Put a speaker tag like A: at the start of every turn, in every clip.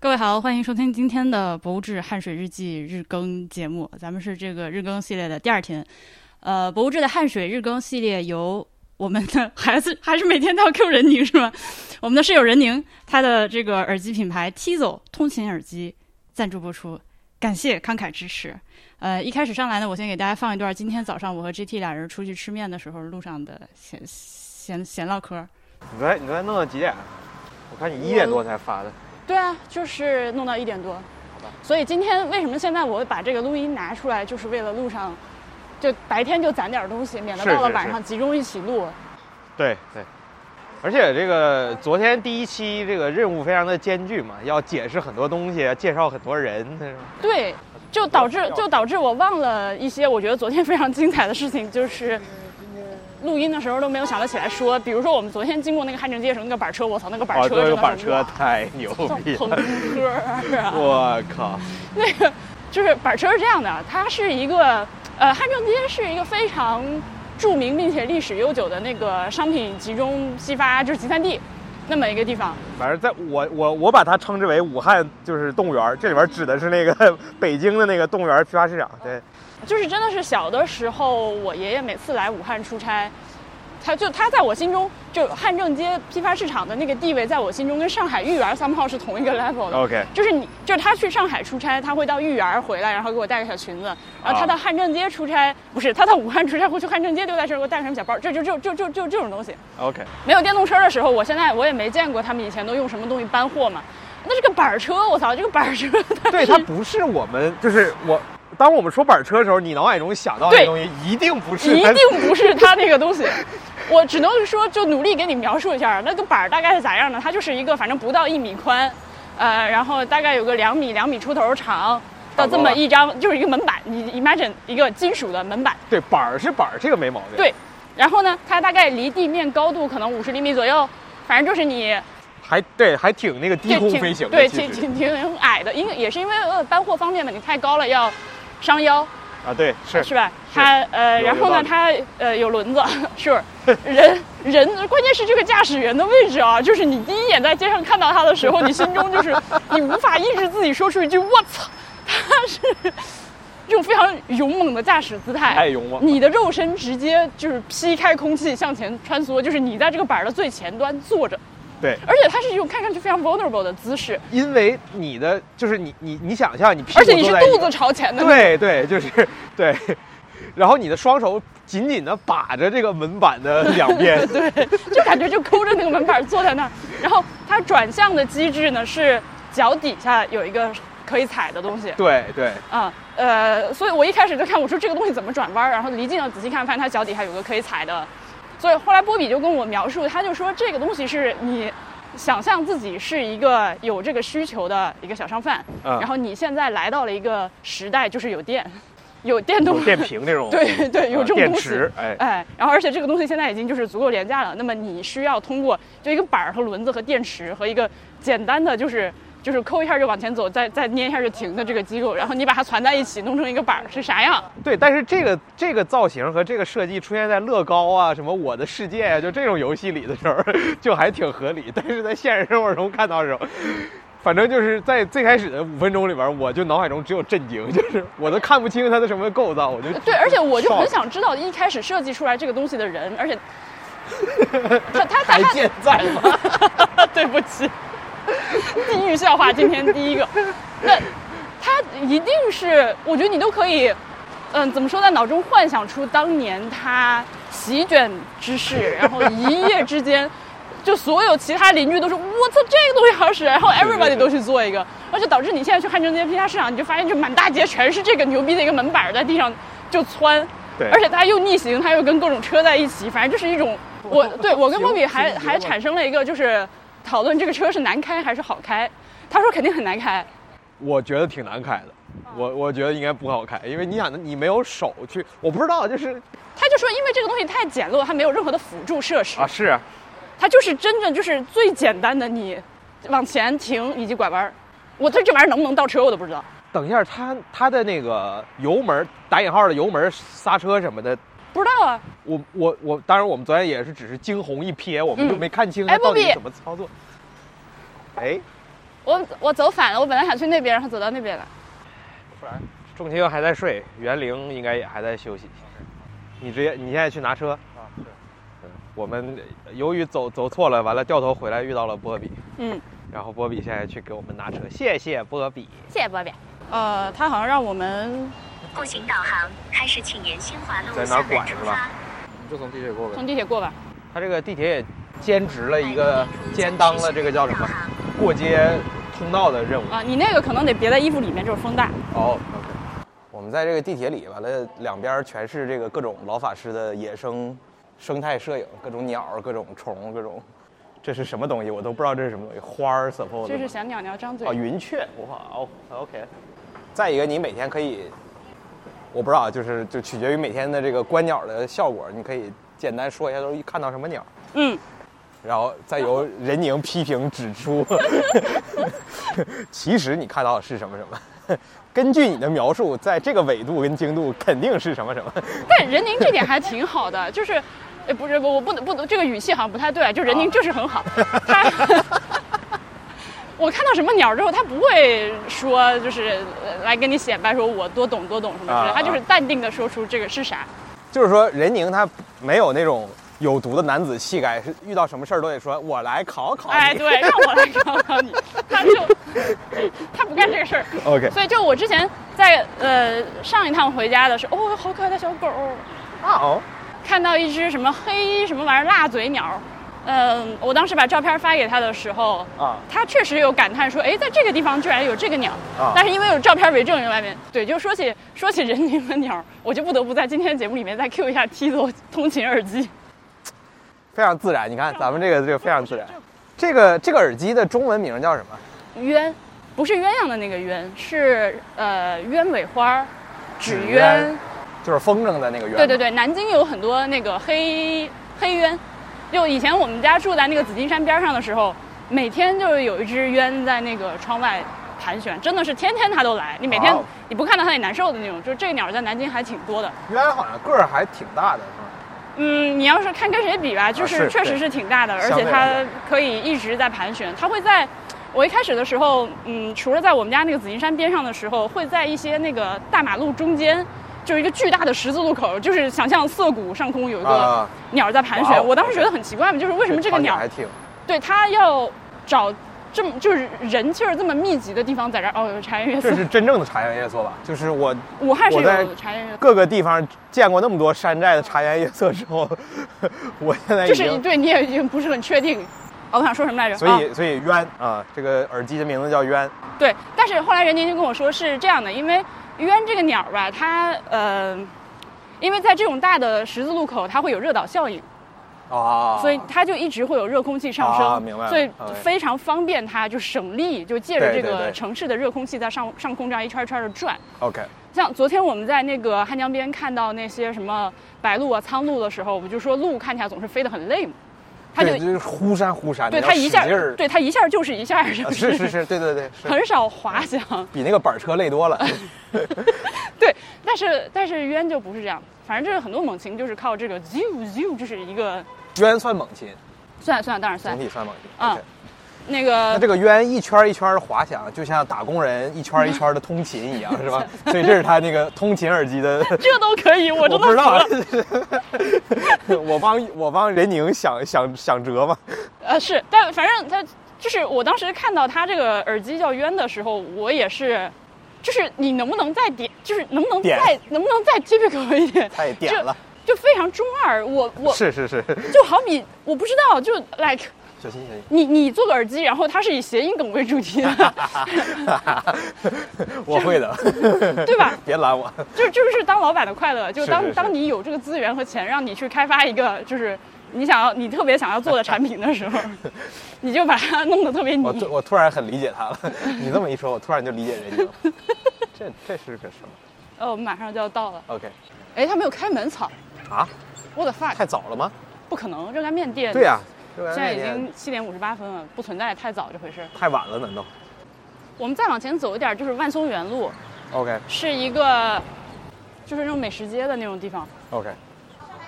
A: 各位好，欢迎收听今天的《博物志汗水日记》日更节目，咱们是这个日更系列的第二天。呃，《博物志》的汗水日更系列由我们的孩子还是每天都要 Q 任宁是吗？我们的室友任宁，他的这个耳机品牌 Tizo 通勤耳机 赞助播出，感谢慷慨支持。呃，一开始上来呢，我先给大家放一段今天早上我和 GT 俩人出去吃面的时候路上的闲闲闲唠嗑。
B: 你昨天你昨天弄到几点？啊我看你一点多才发的。
A: 对啊，就是弄到一点多。所以今天为什么现在我把这个录音拿出来，就是为了路上，就白天就攒点东西，免得
B: 是
A: 到了
B: 是
A: 晚
B: 是
A: 上集中一起录。
B: 对对，而且这个昨天第一期这个任务非常的艰巨嘛，要解释很多东西，介绍很多人，是吧
A: 对，就导
B: 要
A: 致
B: 要
A: 就导致我忘了一些我觉得昨天非常精彩的事情，就是录音的时候都没有想得起来说。比如说我们昨天经过那个汉正街的时候，那个板车，我操，那个板车
B: 哦，
A: 真
B: 这
A: 的
B: 个
A: 是
B: 板车 太牛逼
A: 哇
B: 了！
A: 朋克啊！
B: 我靠，
A: 那个 就是板车是这样的，啊它是一个呃汉正街是一个非常著名并且历史悠久的那个商品集中批发就是集散地，那么一个地方。
B: 反正在我我我把它称之为武汉就是动物园，这里边指的是那个 北京的那个动物园批发市场。对，
A: 就是真的是小的时候，我爷爷每次来武汉出差，他就他在我心中就汉正街批发市场的那个地位，在我心中跟上海豫园 somehow 是同一个 level 的。
B: OK
A: 就是你，就是他去上海出差，他会到豫园回来，然后给我带个小裙子；然后他
B: 啊
A: 到汉正街出差，不是他到武汉出差会去汉正街溜达时候给我带个什么小包，这就就就就就这种东西。
B: OK，
A: 没有电动车的时候，我现在我也没见过他们以前都用什么东西搬货嘛。那这个板儿车，我操，这个板儿车，
B: 对，它不是我们，就是我。当我们说板车的时候，你脑海中想到的
A: 对
B: 东西一定不是
A: 一
B: 它
A: 定不是他那个东西。 我只能说，就努力给你描述一下那个板儿大概是咋样的。它就是一个反正不到一米宽，呃，然后大概有个两米、两米出头长，到这么一张就是一个门板，你 imagine 一个金属的门板。
B: 对，板儿是板儿，这个没毛病。
A: 对然后呢，它大概离地面高度可能五十厘米左右，反正就是你
B: 还对，还挺那个低
A: 这
B: 空
A: 挺
B: 飞行的，
A: 对，
B: 其
A: 挺
B: 实
A: 挺挺矮的，因为也是因为呃搬货方便嘛，你太高了要伤腰。
B: 啊，对，是
A: 是吧？它呃，
B: 有
A: 然后
B: 有道
A: 呢，
B: 理
A: 它呃有轮子， 是人人，关键是这个驾驶员的位置啊，就是你第一眼在街上看到他的时候，你心中就是你无法抑制自己说出一句“我操”，他是这种非常勇猛的驾驶姿态，
B: 太勇猛了
A: 你的肉身直接就是劈开空气向前穿梭，就是你在这个板儿的最前端坐着，
B: 对，
A: 而且它是一种看上去非常 vulnerable 的姿势，
B: 因为你的就是你你你想象你屁股
A: 而且你是
B: 坐在
A: 肚子朝前的，
B: 对对，就是对，然后你的双手紧紧的把着这个门板的两 边，对，
A: 就感觉就抠着那个门板儿坐在那儿。然后它转向的机制呢是脚底下有一个可以踩的东西
B: 对对
A: 啊、呃，所以我一开始就看我说这个东西怎么转弯儿，然后离近了仔细看，发现它脚底下有个可以踩的。所以后来波比就跟我描述，他就说这个东西是你想象自己是一个有这个需求的一个小商贩，
B: 嗯
A: 然后你现在来到了一个时代，就是有电，有电动
B: 有电瓶这种，
A: 对对，有
B: 呃
A: 这种
B: 电
A: 东西
B: 池，哎
A: 哎，然后而且这个东西现在已经就是足够廉价了，那么你需要通过就一个板儿和轮子和电池和一个简单的就是就是抠一下就往前走，再再捏一下就停的这个机构，然后你把它攒在一起弄成一个板儿是啥样？
B: 对，但是这个这个造型和这个设计出现在乐高啊、什么我的世界啊，就这种游戏里的时候， 就还挺合理。但是在现实生活中看到的时候，反正就是在最开始的五分钟里边，我就脑海中只有震惊，就是我都看不清它的什么构造，我就
A: 对，而且我就很
B: shock
A: 想知道一开始设计出来这个东西的人， 而且他他
B: 还
A: 他
B: 健在吗？
A: 对不起，地狱笑话今天第一个。那他一定是，我觉得你都可以，嗯，怎么说，在脑中幻想出当年他席卷之势，然后一夜之间。就所有其他邻居都说，我操，这个东西好使，然后
B: 对对
A: everybody 都去做一个，而且导致你现在去汉正街批发市场，你就发现就满大街全是这个牛逼的一个门板儿在地上就窜，
B: 对
A: 而且它又逆行，它又跟各种车在一起，反正这是一种我对我跟
B: 行
A: 莫比还
B: 行
A: 还
B: 行
A: 产生了一个就是讨论这个车是难开还是好开，他说肯定很难开，
B: 我觉得挺难开的，我我觉得应该不好开，因为你想，你没有手去，我不知道，就是
A: 他就说因为这个东西太简陋，它没有任何的辅助设施
B: 啊，，是啊
A: 它就是真正就是最简单的你往前停以及拐弯儿，我对这玩意儿能不能倒车我都不知道。
B: 等一下，它它的那个油门打引号的油门刹车什么的，
A: 不知道啊，
B: 我我我，当然我们昨天也是只是惊鸿一瞥，我们就
A: 嗯
B: 没看清
A: 哎
B: 它到
A: 波
B: 底
A: 比
B: 怎么操作。哎，
A: 我我走反了，我本来想去那边，然后走到那边了。
B: 不然仲卿还在睡，袁凌应该也还在休息。你直接你现在去拿车啊？是。我们由于走走错了，完了掉头回来遇到了波比，
A: 嗯，
B: 然后波比现在去给我们拿车，谢谢波比。
A: 谢谢波比。
C: 呃，他好像让我们
D: 步行导航开始，请沿新华路
B: 在哪
D: 向
B: 儿
D: 南
B: 管
D: 出
B: 是吧
D: 发。
B: 就从地铁过
A: 从
B: 呗。
A: 地铁过吧。
B: 他这个地铁也兼职了一个兼当了这个叫什么过街通道的任务。
A: 啊，你那个可能得别在衣服里面，就是风大。
B: 哦、o k 我们在这个地铁里，完了两边全是这个各种老法师的野生生态摄影，各种鸟儿、各种虫、各种，这是什么东西？我都不知道这是什么东西。花儿 suppose
A: 这是
B: 吗
A: 小鸟鸟张嘴。
B: 哦，云雀，哇哦，OK。再一个，你每天可以，我不知道，就是就取决于每天的这个观鸟的效果，你可以简单说一下都看到什么鸟，
A: 嗯，
B: 然后再由任宁批评指出， 其实你看到的是什么什么。根据你的描述，在这个纬度跟经度肯定是什么什么，
A: 但任宁这点还挺好的， 就是，呃，不是，我不能不能，这个语气好像不太对，啊就任宁就是很好，
B: 啊
A: 他。 我看到什么鸟之后，他不会说就是呃来跟你显摆说我多懂多懂什么之类
B: 啊
A: 的，他就是
B: 啊
A: 淡定的说出这个是啥。
B: 就是说任宁他没有那种有毒的男子气概，是遇到什么事儿都得说我来考考你。
A: 哎，对，让我来考考你，他 就他不干这个事儿。
B: ，OK，
A: 所以就我之前在呃上一趟回家的时候，哦，好可爱的小狗，
B: 啊哦，
A: 看到一只什么黑什么玩意儿辣嘴鸟，嗯、我当时把照片发给他的时候，
B: 啊
A: 他确实有感叹说，哎，在这个地方居然有这个鸟。
B: 啊
A: 但是因为有照片为证，外面对，就说起说起人宁的鸟，我就不得不在今天的节目里面再 Q 一下 T 的通勤耳机。
B: 非常自然。你看咱们这个这个非常自然。这个这个耳机的中文名叫什么？
A: 鸳，不是鸳鸯的那个鸳，是呃鸢尾花，纸
B: 纸
A: 鸢
B: 鸢。就是风筝的那个圆。
A: 对对。对，南京有很多那个黑黑鸢，就以前我们家住在那个紫金山边上的时候，每天就是有一只鸢在那个窗外盘旋，真的是天天它都来，你每天
B: 哇哦
A: 你不看到它也难受的那种。就是这个鸟在南京还挺多的，
B: 原来好像个儿还挺大的，是
A: 嗯，你要是看跟谁比吧，就
B: 啊是
A: 是确实
B: 对
A: 是挺大的，而
B: 相对
A: 且
B: 来
A: 它
B: 讲
A: 可以一直在盘旋。它会在我一开始的时候，嗯，除了在我们家那个紫金山边上的时候，会在一些那个大马路中间，就是一个巨大的十字路口，就是想象涩谷上空有一
B: 吗？
A: 个，鸟在盘旋。
B: 啊哇哦
A: 我当时觉得很奇怪嘛，就是为
B: 为
A: 什么这个鸟
B: 还挺
A: 对它要找这么就是人气儿这么密集的地方在这儿？哦，有茶颜悦色
B: 这，是真正的茶颜悦色吧？就是我
A: 武汉是
B: 我在
A: 有茶颜悦色。
B: 各个地方见过那么多山寨的茶颜悦色之后， 我现在已
A: 就是
B: 经
A: 对你也已经不是很确定，哦，我想说什么来着？
B: 所
A: 啊
B: 以所以冤啊，这个耳机的名字叫冤
A: 对，但是后来任宁就跟我说是这样的，因为鸢这个鸟儿吧，它呃，因为在这种大的十字路口，它会有热岛效应，
B: 啊，
A: 所以它就一直会有热空气上升，
B: 啊明白了
A: 所以
B: 啊
A: 非常方便它就省力，就借着
B: 对
A: 这
B: 对
A: 个
B: 对
A: 城市的热空气在上上空这样一圈儿一圈的转。
B: OK
A: 像昨天我们在那个汉江边看到那些什么白鹭啊、苍鹭的时候，我就说鹭看起来总是飞得很累嘛，它就
B: 对就是忽闪忽闪
A: 对
B: 的，
A: 它一下
B: 要使劲儿，
A: 对它一下就是一下，就
B: 啊是是是，对对对， 是
A: 很少滑翔。
B: 比那个板车累多 了。
A: 对，但是但是冤就不是这样，反正这个很多猛禽就是靠这个 zoo zoo，就是一个
B: 冤算猛禽，
A: 算了算了，当然
B: 总
A: 算
B: 体算猛禽。
A: 啊
B: OK
A: 那
B: 那
A: 个
B: 这个冤一圈儿一圈儿的滑翔，就像打工人一圈儿一圈儿的通勤一样， 是吧？所以这是他那个通勤耳机的。
A: 这都可以，我
B: 我
A: 真
B: 不
A: 的
B: 知道，啊 我帮我帮任宁想想想辙嘛。
A: 呃是，但反正他就是我当时看到他这个耳机叫冤的时候，我也是，就是你能不能再点，就是能不能
B: 点
A: 再能不能再 typical 一点，
B: 太点了，
A: 就非常中二，我我
B: 是是 是，
A: 就好比我不知道，就 like
B: 小心小心。
A: 你你做个耳机，然后它是以谐音梗为主题的，
B: 我会的，
A: 对吧？
B: 别拦我。
A: 就就是当老板的快乐，就是当
B: 是是
A: 当你有这个资源和钱，让你去开发一个就是你想要你特别想要做的产品的时候， 你就把它弄得特别
B: 我
A: 泥
B: 突。我突然很理解他了，你这么一说，我突然就理解任宁了。 这这是个什么
A: 呃，我们马上就要到了，
B: ？OK
A: 哎，他没有开门操，
B: 啊，
A: 我的 fuck，
B: 太早了吗？
A: 不可能，热干面店
B: 对呀、啊，
A: 现在已经七点五十八分了，不存在太早这回事儿。
B: 太晚了，难道
A: 我们再往前走一点，就是万松园路，
B: ？OK
A: 是一个就是那种美食街的那种地方。
B: OK，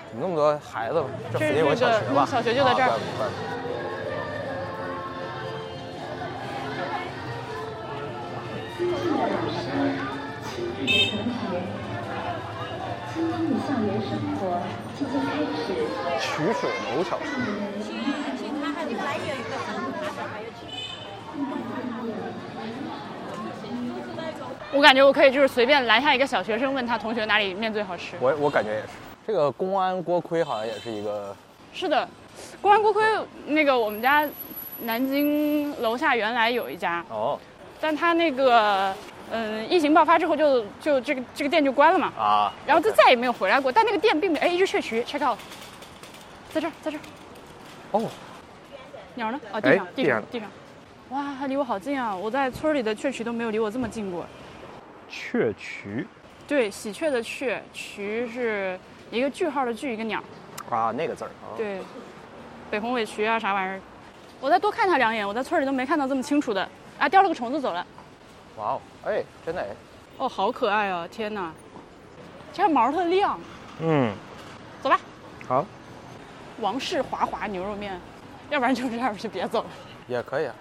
B: 怎么那么多孩子？这附
A: 这
B: 近有个
A: 这
B: 小
A: 个嗯
B: 学吧？
A: 小学就在这儿
B: 啊怪不得怪不得曲水楼小吃。
A: 我感觉我可以就是随便拦下一个小学生，问他同学哪里面最好吃。
B: 我我感觉也是，这个公安锅盔好像也是一个，
A: 是的，公安锅盔那个我们家南京楼下原来有一家，
B: 哦
A: 但他那个嗯、疫情爆发之后就就这个这个店就关了嘛，
B: 啊，
A: 然后就再也没有回来过。但那个店并没哎一直确实 check out，在这儿在这儿，
B: 哦，
A: 鸟呢？哦
B: 哎
A: 地上地
B: 地上
A: 上地上，哇，它离我好近啊！我在村里的雀渠都没有离我这么近过。
B: 雀渠
A: 对，喜鹊的鹊，渠是一个句号的句，一个鸟。
B: 啊，那个字儿啊，
A: 对，北红尾渠啊，啥玩意儿？我再多看他两眼，我在村里都没看到这么清楚的。啊，叼了个虫子走了。
B: 哇哦，哎，真的哎，
A: 哦，好可爱啊！天哪，这个毛特亮。
B: 嗯，
A: 走吧，
B: 好，
A: 王氏华华牛肉面，要不然就这样，就别走了。
B: 也可以啊，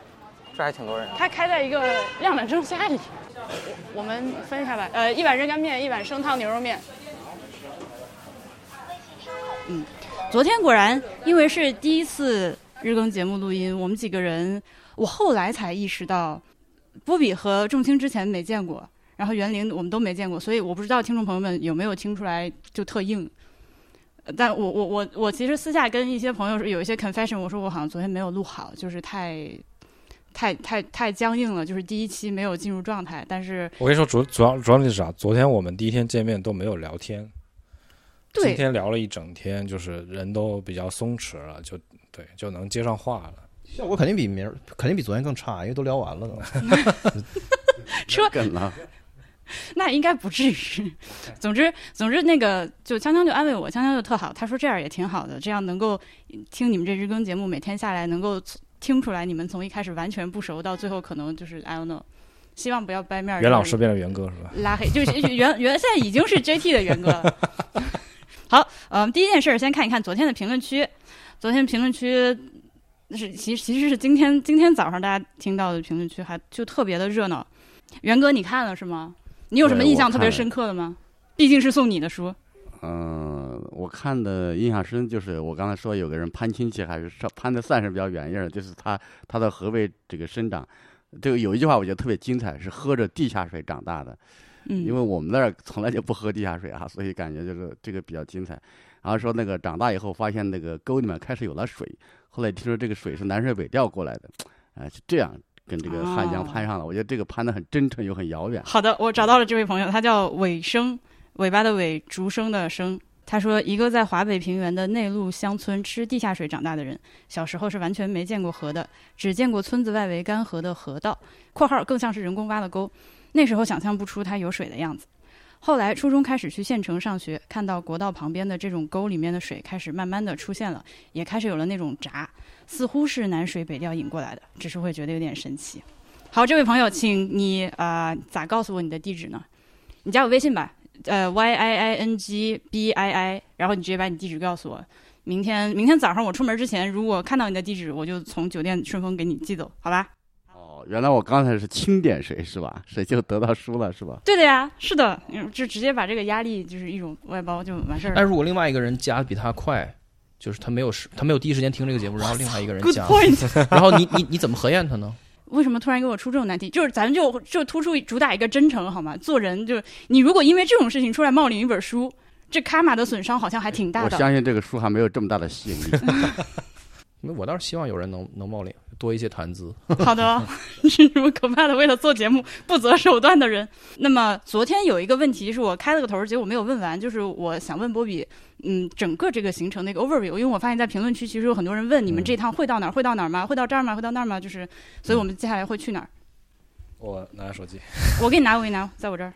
B: 这还挺多人啊，
A: 它开在一个亮板正下里。我我们分一下吧，呃，一碗热干面，一碗生烫牛肉面。
C: 昨天果然，因为是第一次日更节目录音，我们几个人，我后来才意识到，波比和仲青之前没见过，然后袁林我们都没见过，所以我不知道听众朋友们有没有听出来就特硬。呃但我我我我其实私下跟一些朋友是有一些 confession，我说我好像昨天没有录好，就是太太太太僵硬了，就是第一期没有进入状态。但是
E: 我跟你说，主主要主要是啥？昨天我们第一天见面都没有聊天，今
C: 对
E: 天聊了一整天，就是人都比较松弛了，就对，就能接上话了。
F: 效果肯定比明儿肯定比昨天更差，因为都聊完了都。
C: 车
G: 梗了，
C: 那应该不至于。总之，总之，那个就锵锵就安慰我，锵锵就特好。他说这样也挺好的，这样能够听你们这日更节目，每天下来能够听出来你们从一开始完全不熟到最后可能就是 I don't know，希望不要掰面儿。
E: 袁老师变成袁哥是吧？
C: 拉黑，就是原原现在已经是 JT 的袁哥了。 好，嗯，第一件事儿先看一看昨天的评论区，昨天评论区是其实其实是今天今天早上大家听到的评论区还就特别的热闹。袁哥，你看了是吗？你有什么
E: 对
C: 印象
E: 我
C: 特别
E: 看了
C: 深刻的吗？毕竟是送你的书，
G: 嗯，我看的印象深就是我刚才说有个人攀亲戚还是上攀的算是比较远一点儿，就是他他的河北这个生长，这个有一句话我觉得特别精彩，是喝着地下水长大的，
C: 嗯，
G: 因为我们那儿从来就不喝地下水啊，所以感觉就是这个比较精彩。然后说那个长大以后发现那个沟里面开始有了水，后来听说这个水是南水北调过来的，哎，是这样跟这个汉江
C: 哦
G: 攀上了，我觉得这个攀的很真诚又很遥远。
C: 好的，我找到了这位朋友，他叫尾生，尾巴的尾，竹生的生。他说，一个在华北平原的内陆乡村吃地下水长大的人，小时候是完全没见过河的，只见过村子外围干涸的河道（括号更像是人工挖的沟）。那时候想象不出它有水的样子。后来初中开始去县城上学，看到国道旁边的这种沟里面的水开始慢慢的出现了，也开始有了那种闸，似乎是南水北调引过来的，只是会觉得有点神奇。好，这位朋友，请你啊、呃咋告诉我你的地址呢？你加我微信吧，呃，y i i n g b i i，然后你直接把你地址告诉我。明天明天早上我出门之前，如果看到你的地址，我就从酒店顺丰给你寄走，好吧？
G: 哦，原来我刚才是轻点谁是吧？谁就得到书了是吧？
C: 对的呀，是的，嗯就直接把这个压力就是一种外包就完事儿
H: 但
C: 了。
H: 如果另外一个人加的比他快，就是他没有时，他没有第一时间听这个节目，然后另外一个人
C: Good
H: 加，
C: point，
H: 然后你你你怎么核验他呢？
C: 为什么突然给我出这种难题？就是咱们就就突出主打一个真诚好吗？做人就是你如果因为这种事情出来冒领一本书，这卡玛的损伤好像还挺大
G: 我
C: 的。
G: 相信这个书还没有这么大的吸引力。
H: 因为我倒是希望有人能能冒领，多一些谈资。
C: 好的，哦是什么可怕的？为了做节目不择手段的人。那么昨天有一个问题是我开了个头，结果没有问完，就是我想问波比，嗯，整个这个行程的一个 overview，因为我发现在评论区其实有很多人问你们
E: 嗯
C: 这趟会到哪儿，会到哪儿吗？会到这儿吗？会到那儿吗？就是，所以我们接下来会去哪儿？
E: 我拿手机，
C: 我给你拿，我给你拿，在我这儿。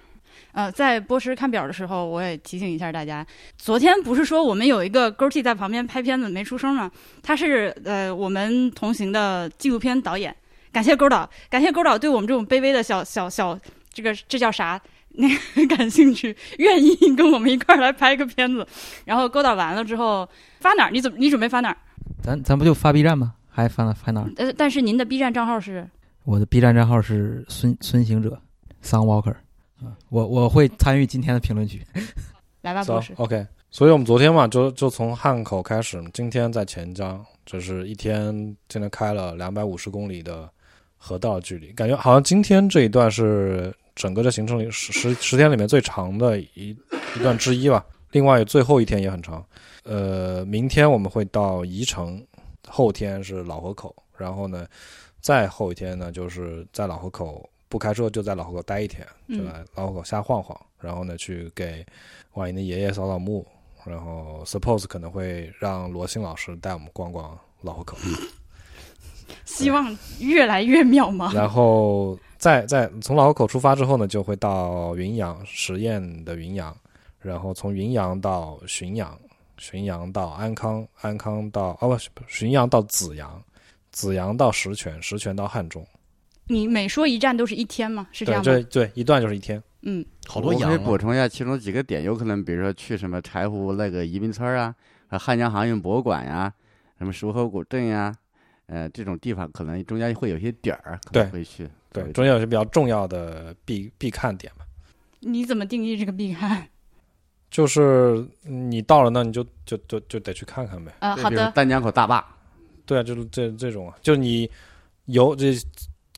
C: 呃，在波什看表的时候，我也提醒一下大家，昨天不是说我们有一个 g o t 在旁边拍片子没出声吗？他是呃我们同行的纪录片导演，感谢勾导，感谢勾导对我们这种卑微的小小小 这个这叫啥？那个感兴趣， 愿意跟我们一块儿来拍个片子。然后勾导完了之后发哪儿？你怎么你准备发哪儿？
I: 咱咱不就发 B 站吗？还发哪还哪儿？
C: 呃，但是您的 B 站账号是
I: 我的 B 站账号是孙孙行者， Sun Walker。啊我我会参与今天的评论区。
C: 来吧，博
E: 走
C: 士。
E: ，OK。所以我们昨天嘛，就就从汉口开始，今天在钱江，这是一天，今天开了两百五十公里的河道距离，感觉好像今天这一段是整个这行程里十十十天里面最长的一一段之一吧。另外最后一天也很长，呃，明天我们会到宜城，后天是老河口，然后呢，再后一天呢就是在老河口不开车就在老河口待一天，就
C: 嗯
E: 来老河口瞎晃晃，然后呢去给婉莹的爷爷扫扫墓，然后 suppose 可能会让罗新老师带我们逛逛老河口，
C: 希望 越来越渺茫。
E: 然后再再从老河口出发之后呢，就会到云阳十堰的云阳，然后从云阳到浔阳，浔阳到安康，安康到哦不，浔阳到紫阳，紫阳到石泉，石泉到汉中，
C: 你每说一站都是一天吗？是这
E: 对
C: 样吗？
E: 这对一段就是一天，
C: 嗯，
F: 好多
G: 我
F: 羊
G: 可以
F: 啊，
G: 补充一下其中几个点，有可能比如说去什么柴胡那个移民村儿啊，和汉江航运博物馆呀、什么熟河古镇呀、呃这种地方可能中间会有一些点儿，可能
E: 对
G: 会去。
E: 对
G: 稍微
E: 中间有些比较重要的必必看点嘛，
C: 你怎么定义这个避开？
E: 就是你到了那你就就就就得去看看呗。
C: 呃，
G: 对
C: 好
G: 比如
C: 的，
G: 丹江口大坝，
E: 对啊，就是这这种啊，就是你游这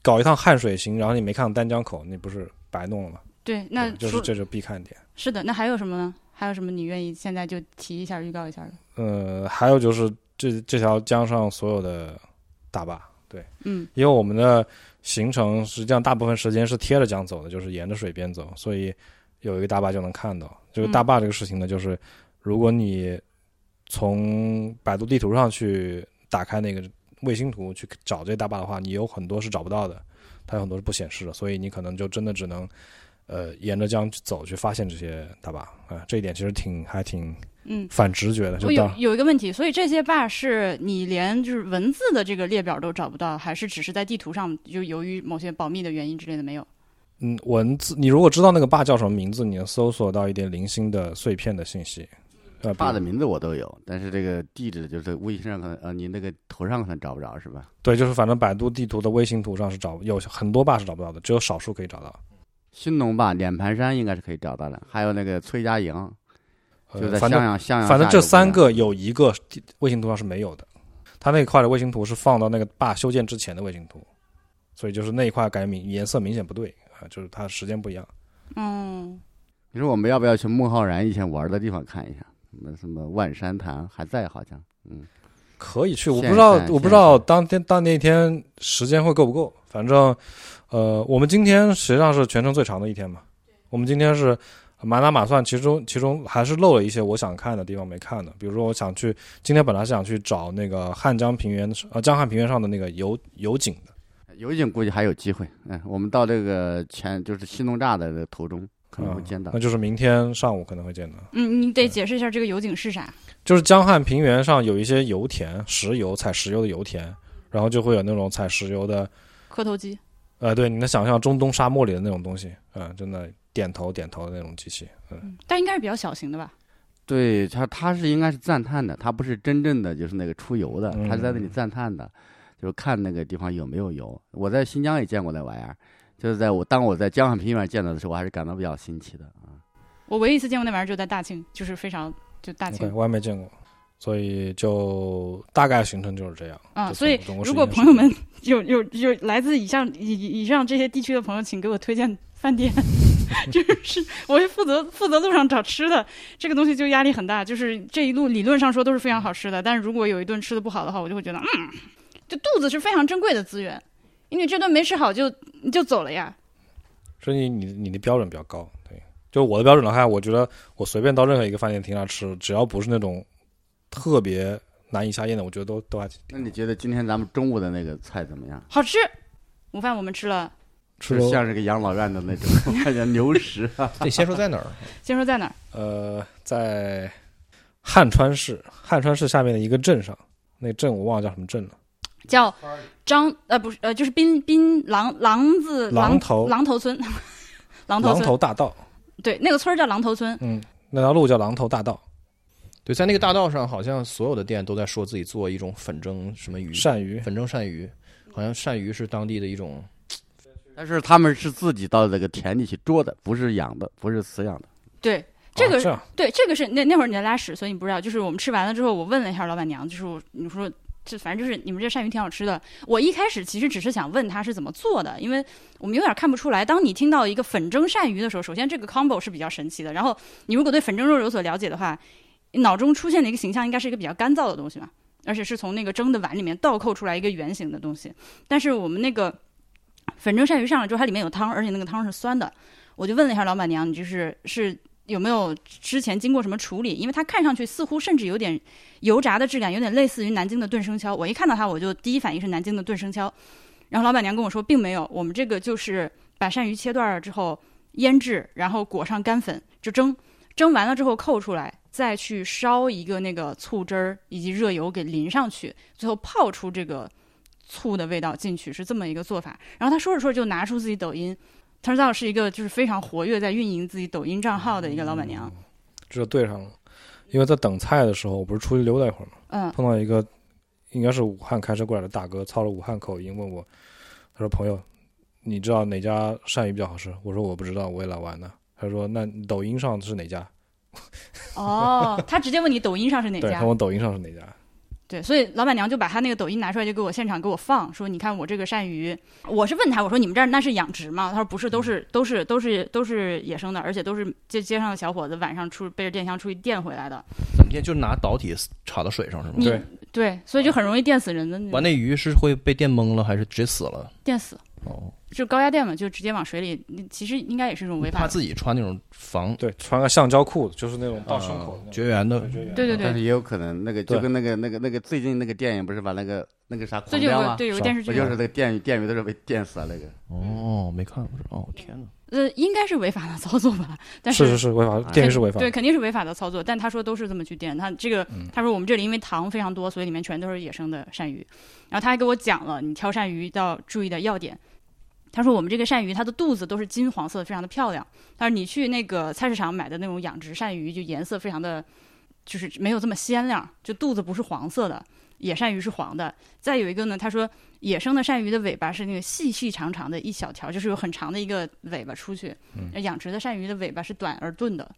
E: 搞一趟汉水行，然后你没看丹江口，你不是白弄了吗？
C: 对，那
E: 对
C: 说
E: 就是这就必看点。
C: 是的，那还有什么呢？还有什么你愿意现在就提一下、预告一下的？
E: 呃，还有就是这这条江上所有的大坝，对，
C: 嗯，
E: 因为我们的行程实际上大部分时间是贴着江走的，就是沿着水边走，所以有一个大坝就能看到。就是大坝这个事情呢，就是如果你从百度地图上去打开那个卫星图去找这大坝的话，你有很多是找不到的，它有很多是不显示的，所以你可能就真的只能。呃，沿着江去走去发现这些大坝啊、这一点其实挺还挺
C: 嗯，
E: 反直觉的，就
C: 我有
E: 到
C: 有一个问题，所以这些坝是你连就是文字的这个列表都找不到，还是只是在地图上就由于某些保密的原因之类的没有？
E: 嗯，文字，你如果知道那个坝叫什么名字，你能搜索到一点零星的碎片的信息。呃，
G: 坝
E: 比
G: 的
E: 如
G: 名字我都有，但是这个地址就是微信上可能呃你那个头上可能找不着是吧？
E: 对，就是反正百度地图的卫星图上是找有很多坝是找不到的，只有少数可以找到。
G: 兴隆坝、脸盘山应该是可以找到的，还有那个崔家营，
E: 呃
G: 就在
E: 反
G: 襄
E: 正
G: 阳襄阳下
E: 反正这
G: 有个
E: 三个有一个地卫星图上是没有的，它那一块的卫星图是放到那个坝修建之前的卫星图，所以就是那一块感觉明颜色明显不对啊，就是它时间不一样。
C: 嗯，
G: 你说我们要不要去孟浩然以前玩的地方看一下？什么什么万山潭还在好像，嗯，
E: 可以去，我
G: 现
E: 不知道
G: 在，
E: 我不知
G: 现
E: 道
G: 在
E: 当天到那天时间会够不够。反正，呃，我们今天实际上是全程最长的一天嘛。我们今天是满打满算，其中其中还是漏了一些我想看的地方没看的。比如说，我想去今天本来是想去找那个汉江平原呃江汉平原上的那个油油井的，
G: 油井估计还有机会。嗯，我们到这个前就是新东栅的途中可能会
E: 嗯
G: 见到
E: 那。就是明天上午可能会见到。
C: 嗯，你得解释一下这个油井是啥。
E: 就是江汉平原上有一些油田，石油采石油的油田，然后就会有那种采石油的
C: 磕头机，
E: 呃，对，你能想象中东沙漠里的那种东西，嗯、真的点头点头的那种机器，嗯，
C: 但应该是比较小型的吧？
G: 对，它它是应该是赞叹的，它不是真正的就是那个出油的，
E: 嗯
G: 它是在那里赞叹的，就是看那个地方有没有油。我在新疆也见过那玩意儿，就是在我当我在江汉平原见到的时候，我还是感到比较新奇的啊。
C: 我唯一一次见过那玩意儿就在大庆，就是非常就大
E: OK，
C: 庆
E: 我还没见过，所以就大概行程就是这样
C: 啊、
E: 就
C: 所以
E: 总共是
C: 如果
E: 一天
C: 朋友
E: 时间
C: 们有有有来自以上以以上这些地区的朋友，请给我推荐饭店。 就是我会负责负责路上找吃的，这个东西就压力很大。就是这一路理论上说都是非常好吃的，但是如果有一顿吃的不好的话，我就会觉得，嗯，这肚子是非常珍贵的资源，因为这顿没吃好就你就走了呀。
E: 所以你你的标准比较高，对，就我的标准来看，我觉得我随便到任何一个饭店停下吃，只要不是那种特别难以下咽的，我觉得都都还挺
G: 那你觉得今天咱们中午的那个菜怎么样？
C: 好吃，午饭我们吃了，
E: 吃
G: 是
E: 了
G: 像是个养老院的那种， 我感觉牛食啊。
F: 得先说在哪儿。
C: 先说在哪儿？
E: 呃，在汉川市汉川市下面的一个镇上，那个镇我忘了叫什么镇了，
C: 叫张呃不是呃就是槟槟榔榔子
E: 榔头
C: 榔头 村，榔头
E: 榔
C: 村
E: 头大道，
C: 对那个村儿叫榔头村，
E: 嗯，那条路叫榔头大道，
H: 对，在那个大道上，好像所有的店都在说自己做一
F: 嗯
H: 种粉蒸什么鱼，
E: 鳝鱼，
H: 粉蒸鳝鱼，好像鳝鱼是当地的一种，
G: 但是他们是自己到那个田里去捉的，不是养的，不是饲养的。
C: 对，这个
E: 啊、这样
C: 对，这个是那那会儿你在拉屎，所以你不知道。就是我们吃完了之后，我问了一下老板娘，就是我你说这反正就是你们这鳝鱼挺好吃的。我一开始其实只是想问他是怎么做的，因为我们有点看不出来。当你听到一个粉蒸鳝鱼的时候，首先这个 combo 是比较神奇的。然后你如果对粉蒸肉有所了解的话，脑中出现的一个形象应该是一个比较干燥的东西嘛，而且是从那个蒸的碗里面倒扣出来一个圆形的东西。但是我们那个粉蒸鳝鱼上来之后，它里面有汤，而且那个汤是酸的。我就问了一下老板娘，你这是是有没有之前经过什么处理？因为它看上去似乎甚至有点油炸的质感，有点类似于南京的炖生敲。我一看到它，我就第一反应是南京的炖生敲。然后老板娘跟我说，并没有，我们这个就是把鳝鱼切断了之后腌制，然后裹上干粉就蒸，蒸完了之后扣出来，再去烧一个那个醋汁儿以及热油给淋上去，最后泡出这个醋的味道进去，是这么一个做法。然后他说着说着就拿出自己抖音。turns out 是一个就是非常活跃在运营自己抖音账号的一个老板娘，
E: 这就对上了。因为在等菜的时候，我不是出去溜达一会儿嘛，
C: 嗯，
E: 碰到一个应该是武汉开车过来的大哥，操着武汉口音问我，他说：“朋友，你知道哪家鳝鱼比较好吃？”我说：“我不知道，我也来玩的。”他说：“那你抖音上是哪家？”
C: 哦，他直接问你抖音上是哪
E: 对，
C: 家
E: 他，问抖音上是哪家。
C: 对，所以老板娘就把她那个抖音拿出来，就给我现场给我放，说你看我这个鳝鱼，我是问她，我说你们这儿那是养殖吗？她说不是，都是都是都是都是野生的，而且都是街街上的小伙子晚上出背着电箱出去电回来的，
H: 怎么电？就是拿导体插到水上是吗？
C: 你
E: 对
C: 对，所以就很容易电死人的那
H: 完
C: 种，
H: 那鱼是会被电懵了，还是直接死了？
C: 电死
H: 哦，
C: 就高压电嘛，就直接往水里，那其实应该也是一种违法
H: 他
C: 的，
H: 自己穿那种防
E: 对，穿个橡胶裤子，就是那种到胸口的
C: 啊
H: 呃
E: 那种
H: 绝缘的，
E: 绝缘
C: 对对
G: 但
C: 对
G: 是，也有可能那个就
E: 对
G: 跟那个那个那个最近那个电影不是把那个那个啥
C: 最
G: 狂
C: 近有
G: 飙
C: 个
G: 吗？
C: 对有个
E: 是吧
C: 电视
G: 不
C: 剧
G: 就是那个电鱼电鱼都是被电死了那个？
H: 哦，没看过，哦，天哪！
C: 呃，应该是违法的 操作吧？但啊
E: 是是是违法，电鱼是违法的。嗯
C: 对，肯定是违法的操作。但他说都是这么去电，他这个他说我们这里因为糖非常多，所以里面全都是野生的鳝鱼。然后他还给我讲了你挑鳝鱼要注意的要点。他说我们这个鳝鱼它的肚子都是金黄色的，非常的漂亮。但是你去那个菜市场买的那种养殖鳝鱼，就颜色非常的，就是没有这么鲜亮，就肚子不是黄色的。野鳝鱼是黄的，再有一个呢，他说野生的鳝鱼的尾巴是那个细细长长的一小条，就是有很长的一个尾巴出去。
E: 嗯
C: 养殖的鳝鱼的尾巴是短而钝的，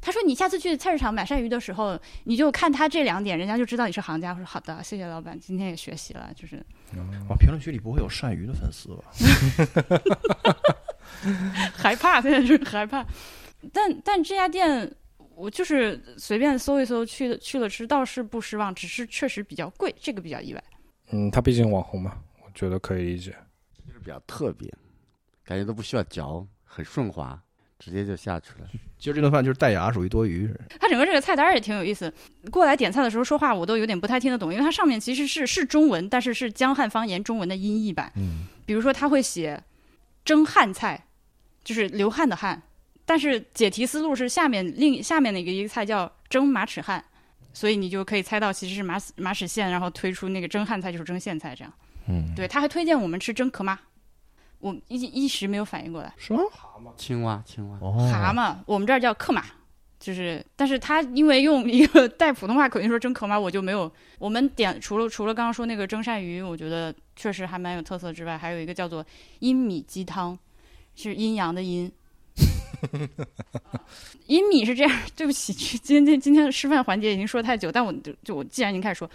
C: 他说：“你下次去菜市场买鳝鱼的时候，你就看他这两点，人家就知道你是行家。”我说：“好的，谢谢老板，今天也学习了。”就是
H: 哇，啊评论区里不会有鳝鱼的粉丝吧？
C: 害怕，现在就是害怕。但但这家店，我就是随便搜一搜，去去了吃，倒是不失望，只是确实比较贵，这个比较意外。
E: 嗯，他毕竟网红嘛，我觉得可以理解。
G: 就是比较特别，感觉都不需要嚼，很顺滑，直接就下去了。
H: 其实这顿饭就是带牙，属于多余。
C: 它整个这个菜单也挺有意思。过来点菜的时候说话，我都有点不太听得懂，因为它上面其实是是中文，但是是江汉方言中文的音译版。
H: 嗯，
C: 比如说他会写蒸汉菜，就是流汗的汗，但是解题思路是下面另下面的一个一个菜叫蒸马齿苋，所以你就可以猜到其实是马齿马齿苋，然后推出那个蒸汉菜就是蒸苋菜这样。
H: 嗯，
C: 对，他还推荐我们吃蒸壳妈，我一一时没有反应过来，
H: 是吗？
G: 青蛙，青蛙，
H: 哦，
C: 蛤蟆我们这儿叫克马。就是，但是他因为用一个带普通话口音说蒸壳妈，我就没有。我们点除了除了刚刚说那个蒸鳝鱼，我觉得确实还蛮有特色之外，还有一个叫做阴米鸡汤，是阴阳的阴。阴米是这样，对不起，今天今天的示范环节已经说太久，但我就就我既然已经开始说，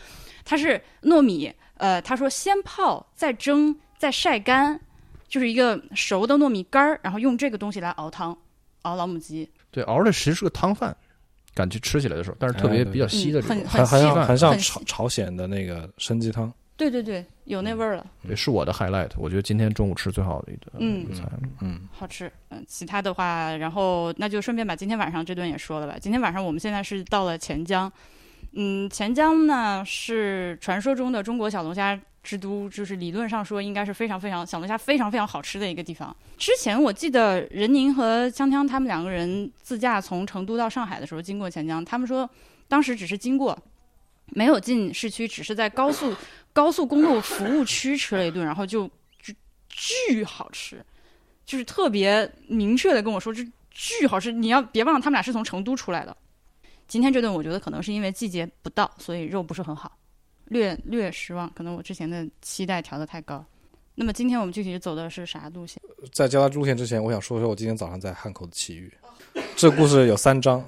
C: 它是糯米，呃，他说先泡再蒸再晒干，就是一个熟的糯米干儿，然后用这个东西来熬汤，熬老母鸡。
H: 对，熬的其实是个汤饭，感觉吃起来的时候，但是特别
E: 哎对
H: 比较稀的这种
C: 嗯，
E: 还
C: 很
E: 还
C: 稀
E: 像
H: 饭
E: 还像
C: 很稀
E: 朝朝鲜的那个参鸡汤，
C: 对对对，有那味儿了，
H: 对，是我的 highlight。我觉得今天中午吃最好的一顿
C: 嗯
H: 一个菜了。
E: 嗯，
C: 好吃。嗯，其他的话，然后那就顺便把今天晚上这顿也说了吧。今天晚上我们现在是到了钱江，嗯，钱江呢是传说中的中国小龙虾之都，就是理论上说应该是非常非常小龙虾非常非常好吃的一个地方。之前我记得任宁和锵锵他们两个人自驾从成都到上海的时候经过钱江，他们说当时只是经过。没有进市区，只是在高速高速公路服务区吃了一顿，然后就就巨好吃，就是特别明确的跟我说，这巨好吃。你要别忘了，他们俩是从成都出来的。今天这顿我觉得可能是因为季节不到，所以肉不是很好，略略失望。可能我之前的期待调得太高。那么今天我们具体走的是啥路线？
E: 在交代路线之前，我想说说我今天早上在汉口的奇遇。这故事有三章，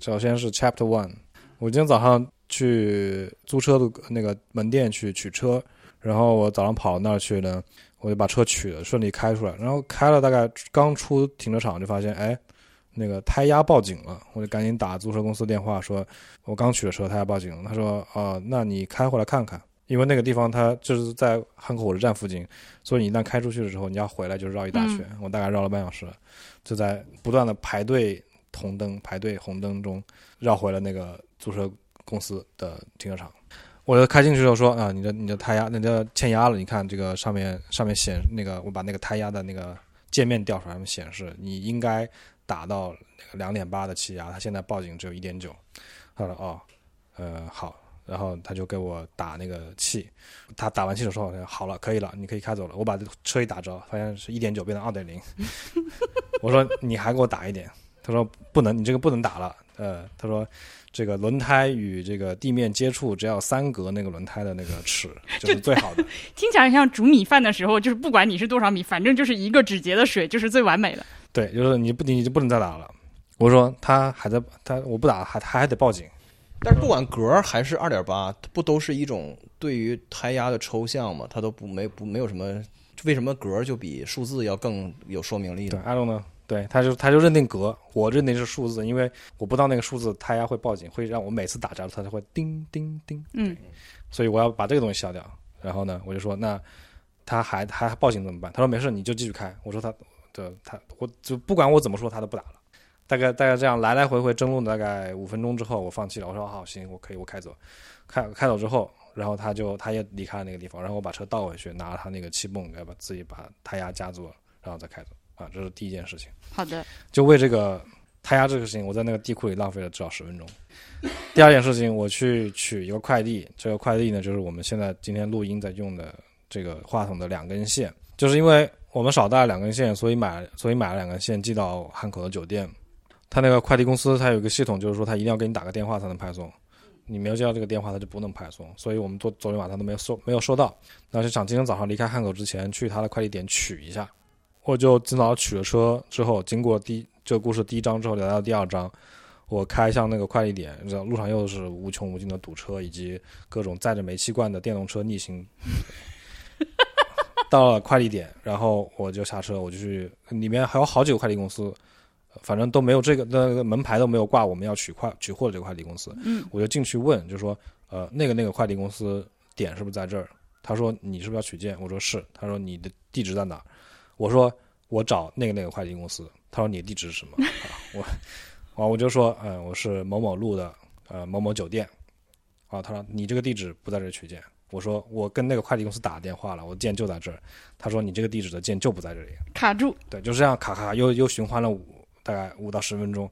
E: 首先是 Chapter One。我今天早上去租车的那个门店去取车，然后我早上跑那儿去呢，我就把车取了，顺利开出来。然后开了大概刚出停车场，就发现哎，那个胎压报警了，我就赶紧打租车公司电话说，我刚取的车胎压报警了。他说啊、那你开回来看看，因为那个地方它就是在汉口火车站附近，所以你一旦开出去的时候，你要回来就绕一大圈。我大概绕了半小时，就在不断的排队红灯、排队红灯中绕回了那个租车公司的停车场。我就开进去的时候说啊，你的你的胎压，你的欠压了，你看这个上面上面显那个，我把那个胎压的那个界面调出来，上面显示你应该达到那个两点八的气压，他现在报警只有一点九。他说哦，呃好，然后他就给我打那个气，他打完气的时候好了，可以了，你可以开走了。我把这车一打折，发现是一点九变成二点零。 我说你还给我打一点，他说不能，你这个不能打了。呃，他说这个轮胎与这个地面接触只要三格那个轮胎的那个 尺，就是最好的。
C: 听起来像煮米饭的时候，就是不管你是多少米，反正就是一个指节的水，就是最完美的。
E: 对，就是你不你就不能再打了。我说他还在他我不打还他还得报警。
F: 但是不管格儿还是二点八，它不都是一种对于胎压的抽象吗？它都不没不没有什么，为什么格儿就比数字要更有说明力
E: 对
F: 呢？
E: ，I don't know。对，他就他就认定格，我认定是数字，因为我不到那个数字，胎压会报警，会让我每次打着它就会叮叮叮，
C: 嗯，
E: 所以我要把这个东西消掉。然后呢，我就说那他还还报警怎么办？他说没事，你就继续开。我说他对他我就不管我怎么说，他都不打了。大概大概这样来来回回争论大概五分钟之后，我放弃了。我说好行，我可以我开走，开开走之后，然后他就他也离开了那个地方，然后我把车倒回去，拿了他那个气泵，给把自己把胎压加足了，然后再开走。啊，这是第一件事情。
C: 好的，
E: 就为这个胎压这个事情，我在那个地库里浪费了至少十分钟。第二件事情，我去取一个快递，这个快递呢，就是我们现在今天录音在用的这个话筒的两根线，就是因为我们少带了两根线，所以买所以买了两根线寄到汉口的酒店。他那个快递公司，他有一个系统，就是说他一定要给你打个电话才能派送，你没有接到这个电话，他就不能派送。所以我们昨昨天晚上都没有收没有收到，那就想今天早上离开汉口之前去他的快递点取一下。我就今早取了车之后，经过第一这个故事第一章之后，来到第二章，我开向那个快递点，然后路上又是无穷无尽的堵车，以及各种载着煤气罐的电动车逆行。到了快递点，然后我就下车，我就去里面还有好几个快递公司，反正都没有这个那个门牌都没有挂，我们要取快取货的这个快递公司，
C: 嗯，
E: 我就进去问，就说呃那个那个快递公司点是不是在这儿？他说你是不是要取件？我说是。他说你的地址在哪儿？我说我找那个那个快递公司。他说你的地址是什么？ 啊、我啊我就说嗯、我是某某路的呃某某酒店。啊，他说你这个地址不在这儿取件。我说我跟那个快递公司打电话了，我件就在这儿。他说你这个地址的件就不在这里。
C: 卡住，
E: 对，就这样卡卡又又循环了五大概五到十分钟，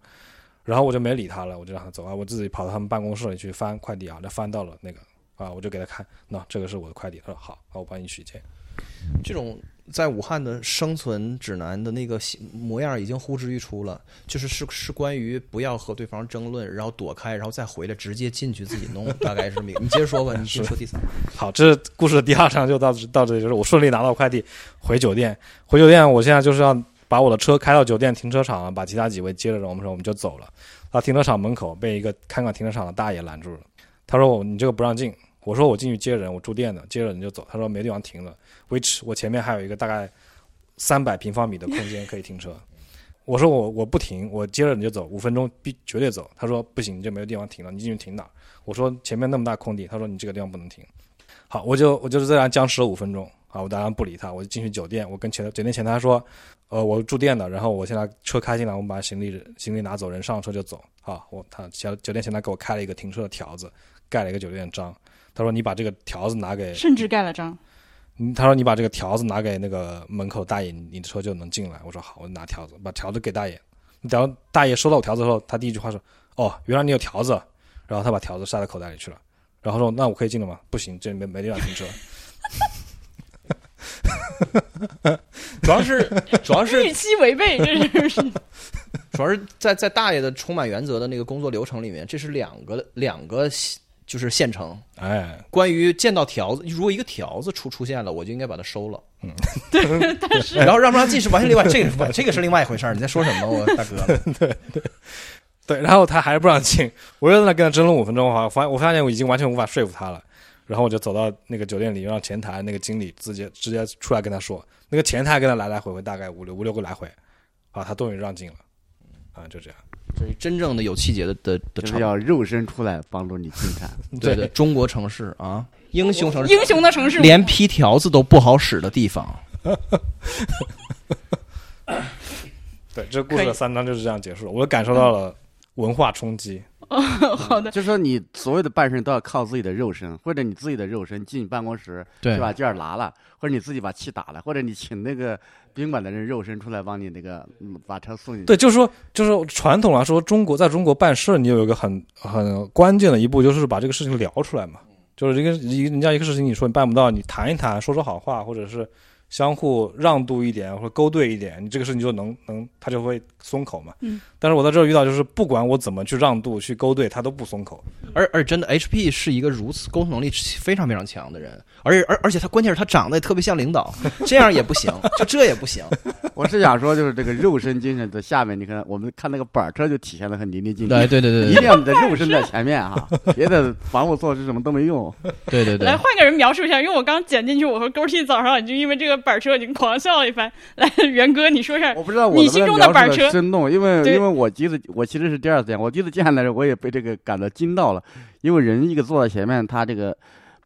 E: 然后我就没理他了，我就让他走啊，我自己跑到他们办公室里去翻快递啊，那翻到了那个啊，我就给他看，那这个是我的快递，他说好，那我帮你取件。
F: 这种在武汉的生存指南的那个形模样已经呼之欲出了，就是是是关于不要和对方争论，然后躲开，然后再回来直接进去自己 弄，大概是这么一个。你接着说吧，你先说第三个。
E: 好，这是故事的第二章就到这到这里，就是我顺利拿到快递回酒店，回酒店我现在就是要把我的车开到酒店停车场，把其他几位接着我们说我们就走了。到停车场门口被一个看管停车场的大爷拦住了，他说我你这个不让进，我说我进去接人，我住店的，接着你就走。他说没地方停了，which 我前面还有一个大概三百平方米的空间可以停车。我说我我不停，我接着你就走，五分钟必绝对走。他说不行，你这没有地方停了，你进去停哪儿？我说前面那么大空地，他说你这个地方不能停。好，我就我就是这样僵持了五分钟啊，我当然不理他，我就进去酒店，我跟前酒店前台说，呃，我住店的，然后我现在车开进来，我们把行李行李拿走，人上车就走啊。我他前酒店前台给我开了一个停车的条子，盖了一个酒店章，他说你把这个条子拿给
C: 甚至盖了章。
E: 嗯他说你把这个条子拿给那个门口大爷，你你的车就能进来。我说好，我就拿条子，把条子给大爷。然后大爷收到我条子后，他第一句话说：“哦，原来你有条子。”然后他把条子塞到口袋里去了。然后说：“那我可以进了吗？”不行，这里没没地方停车。
F: 主要是主要是
A: 预期违背，这是
F: 主要是在在大爷的充满原则的那个工作流程里面，这是两个两个就是县城。
E: 哎，
F: 关于见到条子，如果一个条子出出现了，我就应该把它收了。
E: 嗯，
F: 对，但是然后让不让进是完全另外，这个是这个是另外一回事儿。你在说什么，我大哥？
E: 对， 然后他还不让进，我又在那跟他争论五分钟，哈，发我发现我已经完全无法说服他了，然后我就走到那个酒店里，让前台那个经理直接直接出来跟他说，那个前台跟他来来回回大概五六五六个来回，啊，他终于让进了，啊，就这样，
F: 这是真正的有气节的的的
G: 就是
F: 城，
G: 要肉身出来帮助你进产。
F: 对对，中国城市 啊，英雄城市，
A: 英雄的城市，
F: 连批条子都不好使的地方。
E: 对，这故事的三章就是这样结束了，我感受到了文化冲击，
C: 好的，
G: 就是说你所有的办事都要靠自己的肉身，或者你自己的肉身进办公室
F: 对
G: 就把卷儿拿了，或者你自己把气打了，或者你请那个宾馆的人肉身出来帮你那个嗯把车送进去。
E: 对，就是说，就是传统来说，中国在中国办事，你有一个很很关键的一步，就是把这个事情聊出来嘛。就是一个一人家一个事情，你说你办不到，你谈一谈，说说好话，或者是相互让渡一点，或者勾兑一点，你这个事情就能能，他就会松口嘛。
C: 嗯。
E: 但是我在这儿遇到，就是不管我怎么去让渡、去勾兑，他都不松口。
F: 而而真的，HP 是一个如此沟通能力非常非常强的人，而而而且他关键是他长得也特别像领 导，这样也不行，就这也不行。
G: 我是想说，就是这个肉身精神在下面，你看我们看那个板车就体现的很淋漓尽
F: 对
G: 致。
F: 对对
G: 一
F: 对
G: 定要你的肉身在前面啊，别的防务措施什么都没用。
F: 对对
C: 来换个人描述一下，因为我刚剪进去，我和勾 T 早上已经因为这个板车已经狂笑了一番。来，元哥，你说 一下
G: 我不知道我
C: 你
G: 能不
C: 心
G: 能
C: 中的
G: 描述
C: 板
G: 得
C: 车
G: 生动，因为
C: 对
G: 因为我第一次我其实是第二次见，我第一次见来的时候我也被这个感到惊到了，因为人一个坐在前面，他这个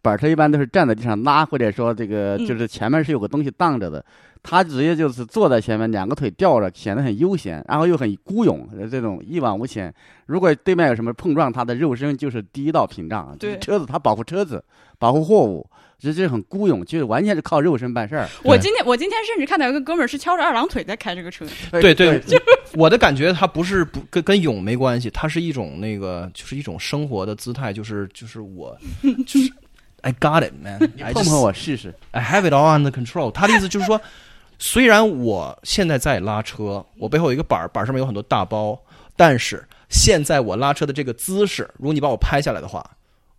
G: 板车一般都是站在地上拉，或者说这个
C: 嗯
G: 就是前面是有个东西挡着的，他直接就是坐在前面，两个腿吊着，显得很悠闲，然后又很孤勇，这种一往无前。如果对面有什么碰撞，他的肉身就是第一道屏障。啊
C: 对
G: 车子他保护车子，保护货物，这这很孤勇，就是完全是靠肉身办事儿。
C: 我今天我今天甚至看到有个哥们儿是翘着二郎腿在开这个车，
G: 哎
F: 对对，我的感觉他不是不跟跟勇没关系，他是一种那个就是一种生活的姿态，就是就是我就是 I got it man，I
G: 碰
F: just-
G: 碰我试试。
F: I have it all under control。他的意思就是说，虽然我现在在拉车，我背后有一个板儿，板儿上面有很多大包，但是现在我拉车的这个姿势，如果你把我拍下来的话，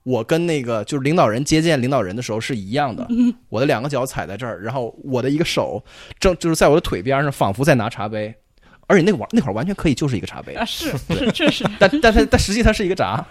F: 我跟那个就是领导人接见领导人的时候是一样的。我的两个脚踩在这儿，然后我的一个手正就是在我的腿边上，仿佛在拿茶杯，而且那个玩那会儿完全可以就是一个茶杯
C: 啊，。是是确实，
F: 但但它但实际它是一个闸，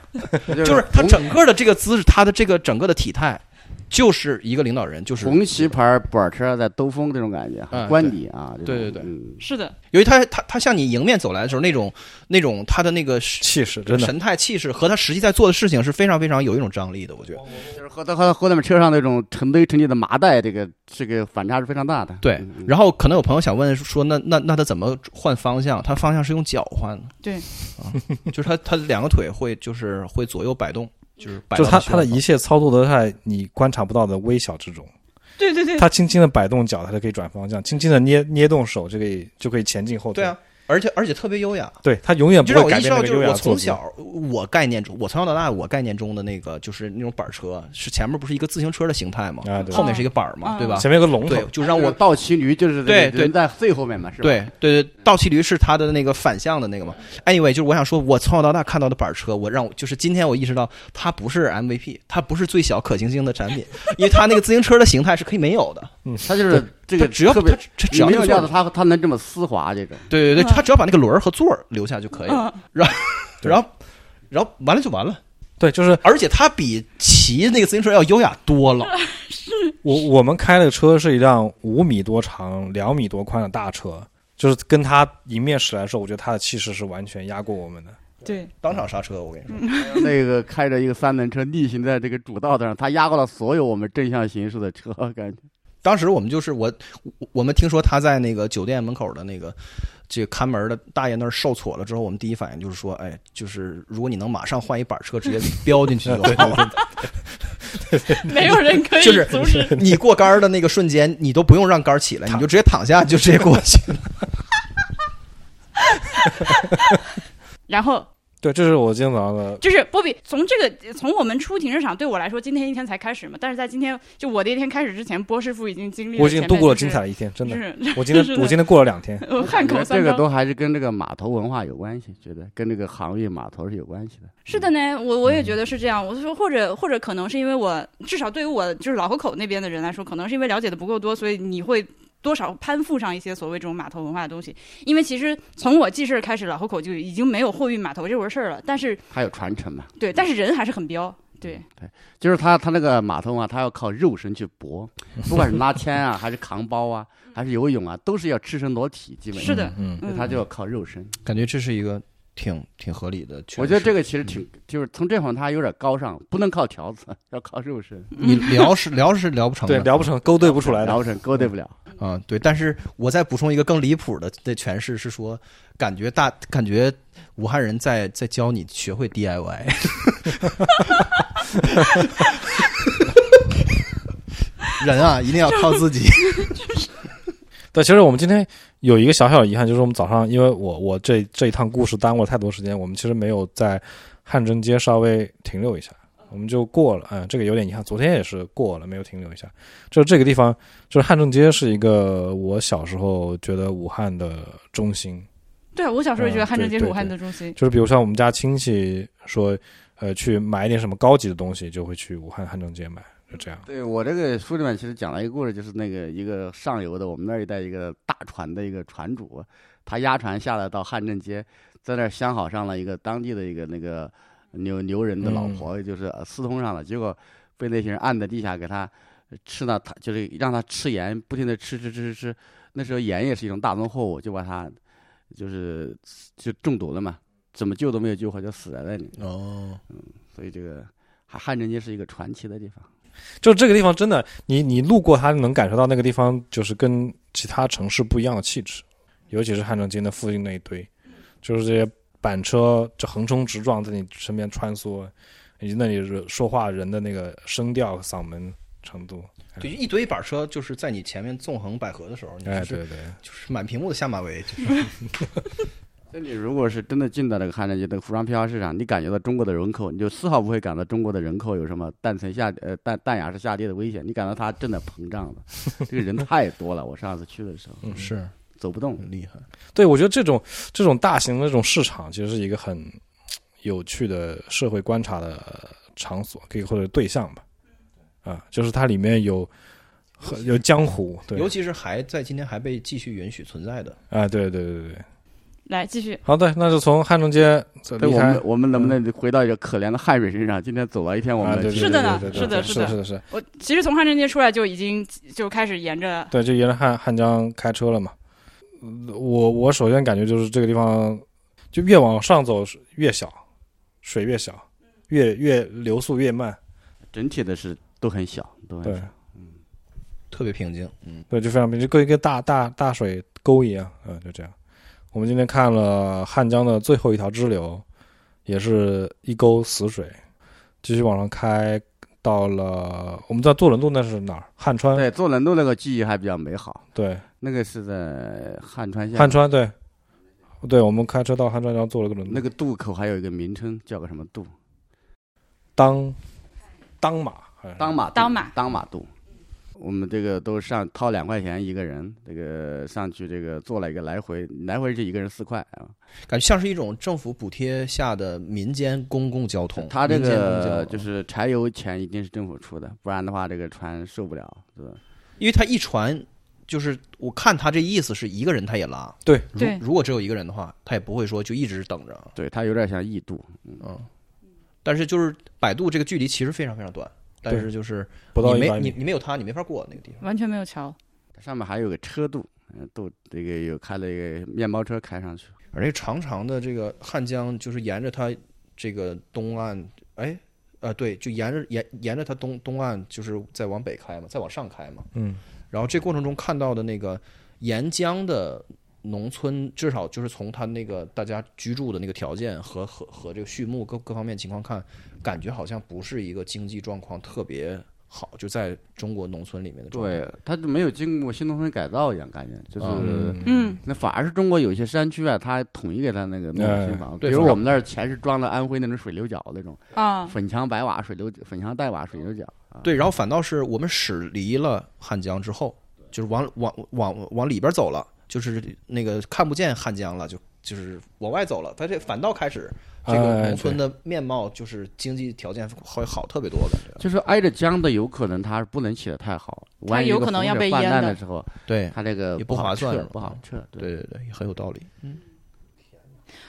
G: 就
F: 就是它
G: 红
F: 整个的这个姿势，它的这个整个的体态，就是一个领导人，就是
G: 红旗牌板车在兜风这种感觉，
F: 嗯
G: 很官邸啊，这种
F: 对对对
G: 嗯
C: 是 的，
F: 由于他他他向你迎面走来的时候，那种那种他的那个
E: 气势真的，
F: 神态气势和他实际在做的事情是非常非常有一种张力的，我觉得。
E: 哦
G: 就是和他和和他们车上那种成堆成堆的麻袋，这个这个反差是非常大的。
F: 对
G: 嗯，嗯
F: 然后可能有朋友想问说，那那那他怎么换方向？他方向是用脚换的，
C: 对
F: 啊，就是他他两个腿会就是会左右摆动，就是摆
E: 就
F: 动
E: 是他
F: 旋
E: 他的
F: 转
E: 一切操作都在你观察不到的微小之中。
C: 对对 对，
E: 他轻轻的摆动脚，他就可以转方向；轻轻的捏捏动手，就可以就可以前进后退。
F: 对啊，，而且而且特别优雅。
E: 对他永远不
F: 就让
E: 会
F: 我
E: 改
F: 意识
E: 变
F: 到，
E: 那个
F: 就是
E: 优雅
F: 我
E: 的坐
F: 从
E: 姿。
F: 小我概念中，我从小到大我概念中的那个就是那种板车，是前面不是一个自行车的形态嘛，
E: 啊对
F: 后面是一个板儿嘛，
C: 啊
F: 对吧？
E: 前面有个龙头
F: 对，，就让我
G: 倒骑驴就是
F: 对对
G: 人在最后面嘛，是吧？
F: 对对对，倒骑驴是他的那个反向的那个嘛。Anyway，就是我想说，我从小到大看到的板车，我让我就是今天我意识到，它不是 MVP，它不是最小可行性的产品，因为它那个自行车的形态是可以没有的，
G: 他就是这
F: 它
G: 个
F: 只要它
G: 特别，
F: 它只
G: 你
F: 要
G: 没
F: 那
G: 有
F: 个
G: 料
F: 座
G: 到
F: 儿
G: 他他能这么丝滑这种。
F: 对对对，它只要把那个轮儿和座儿留下就可以了，
C: 嗯，
F: 然后 然后然后完了就完了，
E: 对，就是
F: 而且它比骑那个自行车要优雅多了，
E: 我我们开的车是一辆五米多长、两米多宽的大车，就是跟他迎面驶来的时候，我觉得他的气势是完全压过我们的。
C: 对，
F: 当场刹车，我跟你说，
G: 那个开着一个三轮车逆行在这个主道上，他压过了所有我们正向行驶的车，感觉
F: 当时我们就是我，我我们听说他在那个酒店门口的那个这个看门的大爷那儿受挫了之后，我们第一反应就是说，哎，就是如果你能马上换一板车，直接飙进去就好了。
C: 没有人可以
F: 就是
C: 阻止，
F: 你过杆儿的那个瞬间，你都不用让杆儿起来，你就直接躺下，就直接过去。
C: 然后
E: 对，这是我今天早上的
C: 就是波比，从这个从我们出停车场对我来说，今天一天才开始嘛，但是在今天就我的一天开始之前，波师傅已经经历了
E: 我已经
C: 前面
E: 度过了
C: 就是
E: 精彩的一天，真的。
C: 是
E: 我今天
C: 是的
E: 我今天过了两 天，
C: 呃汉口
G: 这
C: 三
G: 个
C: 张。
G: 都还是跟这个码头文化有关系，觉得跟这个航运码头是有关系的。
C: 是的呢，我我也
G: 嗯
C: 觉得是这样。我是说，或者或者可能是因为我至少对于我就是老河口那边的人来说，可能是因为了解的不够多，所以你会多少攀附上一些所谓这种码头文化的东西。因为其实从我记事儿开始，老河口就已经没有货运码头这回事儿了。但是
G: 还有传承嘛，
C: 对，但是人还是很彪。对，
G: 就是他他那个码头啊，他要靠肉身去搏，不管是拉纤啊，还是扛包啊，还是游泳啊，都是要赤身裸体，基本上
C: 是的，
E: 嗯，
C: 嗯，
G: 他就要靠肉身。
F: 感觉这是一个挺挺合理的诠释。
G: 我觉得这个
E: 嗯
G: 其实挺，就是从这方面他有点高尚，不能靠条子， 要靠肉身，
F: 你聊是聊是聊不成的，
E: 对，聊不成，勾兑不出来的
G: 聊。不成勾兑不了。
F: 啊、对。但是我再补充一个更离谱的的诠释是说，感觉大感觉武汉人在在教你学会 DIY，人啊一定要靠自己。
E: 对，其实我们今天有一个小小的遗憾，就是我们早上因为我我这这一趟故事耽误了太多时间，我们其实没有在汉正街稍微停留一下，我们就过了。嗯，这个有点遗憾，昨天也是过了，没有停留一下。就是这个地方，就是汉正街是一个我小时候觉得武汉的中心，
C: 对啊我小时候也觉得
E: 嗯
C: 汉正街
E: 对
C: 是
E: 对
C: 武汉
E: 对
C: 的中心。
E: 就是比如像我们家亲戚说，呃，去买一点什么高级的东西，就会去武汉汉正街买，就这样。
G: 对我这个书里面其实讲了一个故事，就是那个一个上游的我们那儿一带一个大船的一个船主，他押船下来到汉正街，在那儿相好上了一个当地的一个那个牛牛人的老婆，就是呃私通上了，结果被那些人按在地下给他吃呢，他就是让他吃盐，不停的吃吃吃吃吃，那时候盐也是一种大宗货物，就把他就是就中毒了嘛，怎么救都没有救活，就死在那里。
F: 哦，
G: 所以这个汉汉正街是一个传奇的地方。
E: 就这个地方真的，你你路过它，能感受到那个地方就是跟其他城市不一样的气质，尤其是汉正街那附近那一堆，就是这些板车就横冲直撞在你身边穿梭，以及那里人说话人的那个声调、嗓门程度。
F: 对，一堆板车就是在你前面纵横捭阖的时候，你就
E: 哎，
F: 是、
E: 对对，
F: 就是满屏幕的下马威，就是
G: 那你如果是真的进到这个汉正街这个服装批发市场，你感觉到中国的人口，你就丝毫不会感到中国的人口有什么蛋存下呃蛋蛋雅是下跌的危险，你感到它正在膨胀 了，这个人太多了。我上次去的时候
E: 嗯，
F: 是
G: 走不动，
F: 很厉害。
E: 对我觉得这种这种大型的这种市场，其实是一个很有趣的社会观察的场所，可以或者对象吧。啊，就是它里面有很有江湖，对，
F: 尤其是还在今天还被继续允许存在的，
E: 啊，对对对对对。
C: 来继续，
E: 好的，那就从汉中街走
G: 对
E: 离
G: 我
E: 开
G: 们。我们能不能回到一个可怜的汉水身上？今天走了一天，我
E: 啊，
G: 们
E: 对，对
C: 是的呢
E: 对对对
C: 是的
E: 对
C: 是
E: 是
C: 的
E: 是的，是的，
C: 我其实从汉正街出来就已经就开始沿着
E: 对，就沿着汉汉江开车了嘛。嗯我我首先感觉就是这个地方，就越往上走是越小，水越小，越越流速越慢，
G: 整体的是都很小，都很
E: 对
G: 小。
F: 特别平静。嗯，
E: 对，就非常平，就跟一个大大大水沟一样，嗯，就这样。我们今天看了汉江的最后一条支流，也是一沟死水，继续往上开，到了我们在坐轮渡那是哪儿？汉川，
G: 对，坐轮渡那个记忆还比较美好，
E: 对
G: 那个是在汉川县，
E: 汉川对，对，我们开车到汉川，然后坐了个轮渡，
G: 那个渡口还有一个名称叫个什么渡？
E: 当当马，哎好像是
G: 当马渡
C: 当马
G: 当马渡，我们这个都上掏两块钱一个人，这个上去这个做了一个来回，来回是一个人四块啊。
F: 感觉像是一种政府补贴下的民间公共交通。
G: 他这
F: 民间公交
G: 个就是柴油钱一定是政府出的，不然的话这个船受不了，是吧？
F: 因为他一船就是我看他这意思是一个人他也拉，
C: 对
F: 如果只有一个人的话，他也不会说就一直等着。
G: 对，它有点像异度，
F: 嗯，但是就是摆渡这个距离其实非常非常短，但是就是
E: 不到
F: 你
E: 一
F: 没
E: 百
F: 你
E: 米，
F: 你没有他，你没法过那个地方。
C: 完全没有桥。
G: 它上面还有个车渡，嗯，渡这个有开了一个面包车开上去，
F: 而且长长的这个汉江，就是沿着它这个东岸，哎，呃，对，就沿着沿沿着它东东岸，就是再往北开嘛，再往上开嘛。
E: 嗯，
F: 然后这过程中看到的那个沿江的农村，至少就是从他那个大家居住的那个条件和和和这个畜牧各各方面情况看，感觉好像不是一个经济状况特别呃好，就在中国农村里面的状态。
G: 对，它就没有经过新农村改造一样，感觉就是、
F: 嗯
C: 嗯，
G: 那反而是中国有些山区啊，它统一给它那个弄
E: 哎
G: 新房，比
F: 对
G: 如
F: 反
G: 我们那儿全是装了安徽那种水流饺那种
C: 啊，
G: 粉墙白瓦水流粉墙黛瓦水流饺啊，
F: 对，然后反倒是我们驶离了汉江之后，就是往往往往里边走了，就是那个看不见汉江了，就就是往外走了。它这反倒开始这个
E: 哎
F: 农村
E: 对
F: 的面貌，就是经济条件会好特别多，感觉。
G: 就是挨着江的，有可能它不能起得太好，万一
C: 有
G: 这个
C: 可能
G: 洪
C: 要
G: 水
C: 被
G: 泛
C: 淹
G: 滥
C: 的
G: 的时候，
F: 对
G: 它这个
F: 也
G: 不
F: 不
G: 好
F: 划算
G: 撤
F: 是吧
G: 不好撤。对，
F: 对对对，很有道理。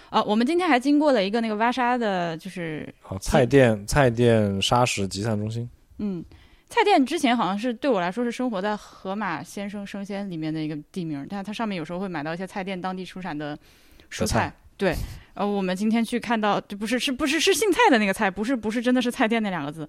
C: 啊，我们今天还经过了一个那个挖沙的，就是
E: 好，菜店菜店沙石集散中心，
C: 嗯，菜店之前好像是对我来说是生活在河马先生生鲜里面的一个地名，但它上面有时候会买到一些菜店当地出产的蔬
F: 的菜
C: 对，呃，我们今天去看到，就不是是不是是姓蔡的那个蔡，不是不是真的是菜店那两个字，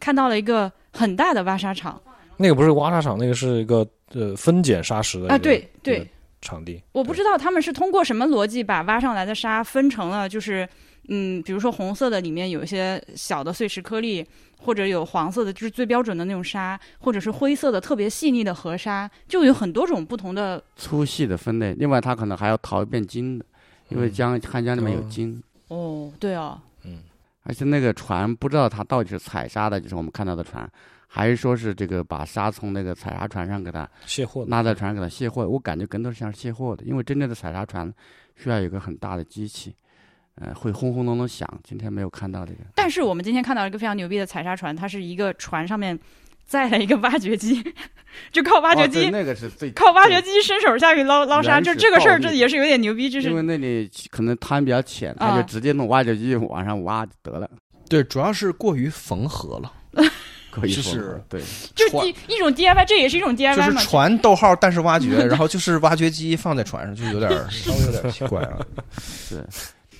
C: 看到了一个很大的挖沙场
E: 那个不是挖沙场，那个是一个呃分拣沙石的一
C: 啊，
E: 个
C: 对对，，
E: 场地。
C: 我不知道他们是通过什么逻辑把挖上来的沙分成了，就是嗯，比如说红色的里面有一些小的碎石颗粒，或者有黄色的，就是最标准的那种沙，或者是灰色的特别细腻的河沙，就有很多种不同的。
G: 粗细的分类，另外它可能还要淘一遍金的，因
F: 嗯
G: 为江汉江里面有
E: 哦
G: 金，
C: 哦，对哦，
G: 而且那个船不知道它到底是采沙的，就是我们看到的船，还是说是这个把沙从那个采沙船上给它
E: 卸货的
G: 拉在船上给它卸货。我感觉更多像是卸货的，因为真正的采沙船需要有一个很大的机器，呃，会轰轰隆隆响。今天没有看到这个，
C: 但是我们今天看到一个非常牛逼的采沙船，它是一个船上面载了一个挖掘机， 就靠挖掘
G: 哦对
C: 机。
G: 那个是最
C: 靠挖掘机伸手下去捞捞沙，
G: 原
C: 就
G: 始
C: 这个事儿，
G: 暴力
C: 这也是有点牛逼，这
G: 因
C: 是
G: 为那里可能滩比较浅，他
C: 啊
G: 就直接弄挖掘机往上挖就得了。
F: 对，主要是过于缝合了，
G: 可以
F: 就
G: 说
F: 是
G: 对，
C: 就是
F: 船
C: 一一种 DIY，这也是一种
F: 就
C: DIY
F: 是
C: 嘛。
F: 船逗号，但是挖 掘，然后就是挖掘机放在船上，就有点儿稍微有点奇怪 啊。
G: 是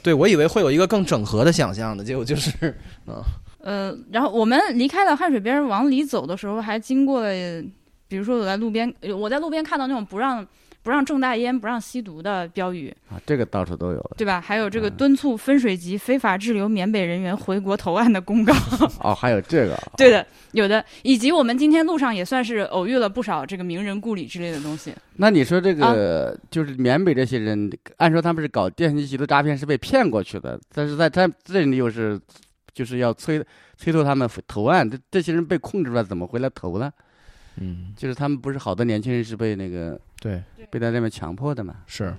F: 对，我以为会有一个更整合的想象的，结果就是嗯
C: 呃，然后我们离开了汉水边儿，往里走的时候，还经过了，比如说我在路边，呃我在路边看到那种不让不让种大烟、不让吸毒的标语，
G: 啊，这个到处都有 了。
C: 对吧？还有这个
G: 嗯
C: 敦促分水及非法滞留缅北人员回国投案的公告，
G: 哦，还有这个啊，
C: 对的，有的，以及我们今天路上也算是偶遇了不少这个名人故里之类的东西。
G: 那你说这
C: 啊
G: 个、就是缅北这些人，按说他们是搞电信集的诈骗是被骗过去的，但是在他这里又是就是要催催促他们投案，这这些人被控制了，怎么回来投呢？
F: 嗯，
G: 就是他们不是好多年轻人是被那个
F: 对，
G: 被在那边强迫的嘛？
F: 是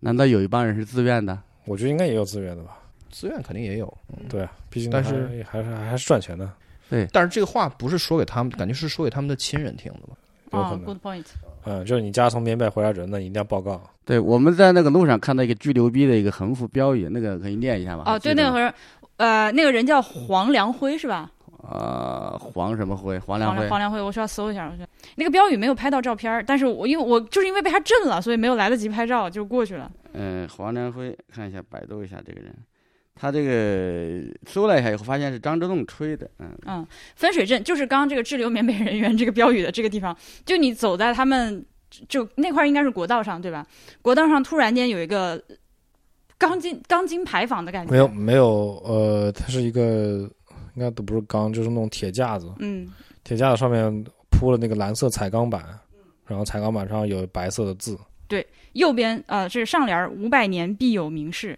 G: 难道有一帮人是自愿的？
E: 我觉得应该也有资源的吧？
F: 资源肯定也有，
E: 对啊，毕竟
F: 但
E: 还
F: 是
E: 还是还是赚钱的，
F: 但是这个话不是说给他们，感觉是说给他们的亲人听的吧？
E: 有
C: 啊
E: 可能。
C: ，good point。
E: 嗯，就是你家从缅北回来人，那你一定要报告。
G: 对，我们在那个路上看到一个巨牛逼的一个横幅标语，那个可以念一下吗？
C: 哦，对，那会
G: 会
C: 儿，呃，那个人叫黄良辉是吧？
G: 呃黄什么辉，黄
C: 黄
G: 良辉
C: 黄良辉，我需要搜一下。我去，那个标语没有拍到照片儿，但是我因为我就是因为被他震了，所以没有来得及拍照就过去了。
G: 嗯，黄良辉，看一下，百度一下这个人，他这个搜了一下以后，发现是张之洞吹的，嗯，
C: 嗯，分水镇就是刚刚这个滞留缅北人员这个标语的这个地方，就你走在他们就那块儿应该是国道上对吧？国道上突然间有一个钢筋钢筋牌坊的感觉，
E: 没有，没有，呃，它是一个应该都不是钢，就是那种铁架子，
C: 嗯，
E: 铁架子上面铺了那个蓝色彩钢板，然后彩钢板上有白色的字，
C: 右边呃这是上联五百年必有名士，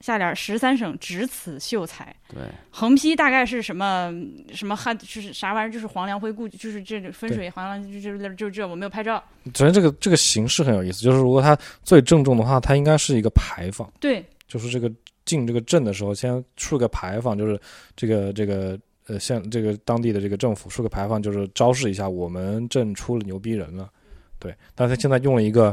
C: 下联十三省只此秀才。
G: 对，
C: 横批大概是什么什么汉就是啥玩意儿，就是黄梁灰故居，就是这个分水黄梁就就就这，我没有拍照。
E: 首先，这个这个形式很有意思，就是如果它最郑重的话，它应该是一个牌坊，
C: 对，
E: 就是这个进这个镇的时候，先竖个牌坊，就是这个这个呃，像这个当地的这个政府竖个牌坊，就是昭示一下我们镇出了牛逼人了。
C: 嗯
E: 对，但是它现在用了一个，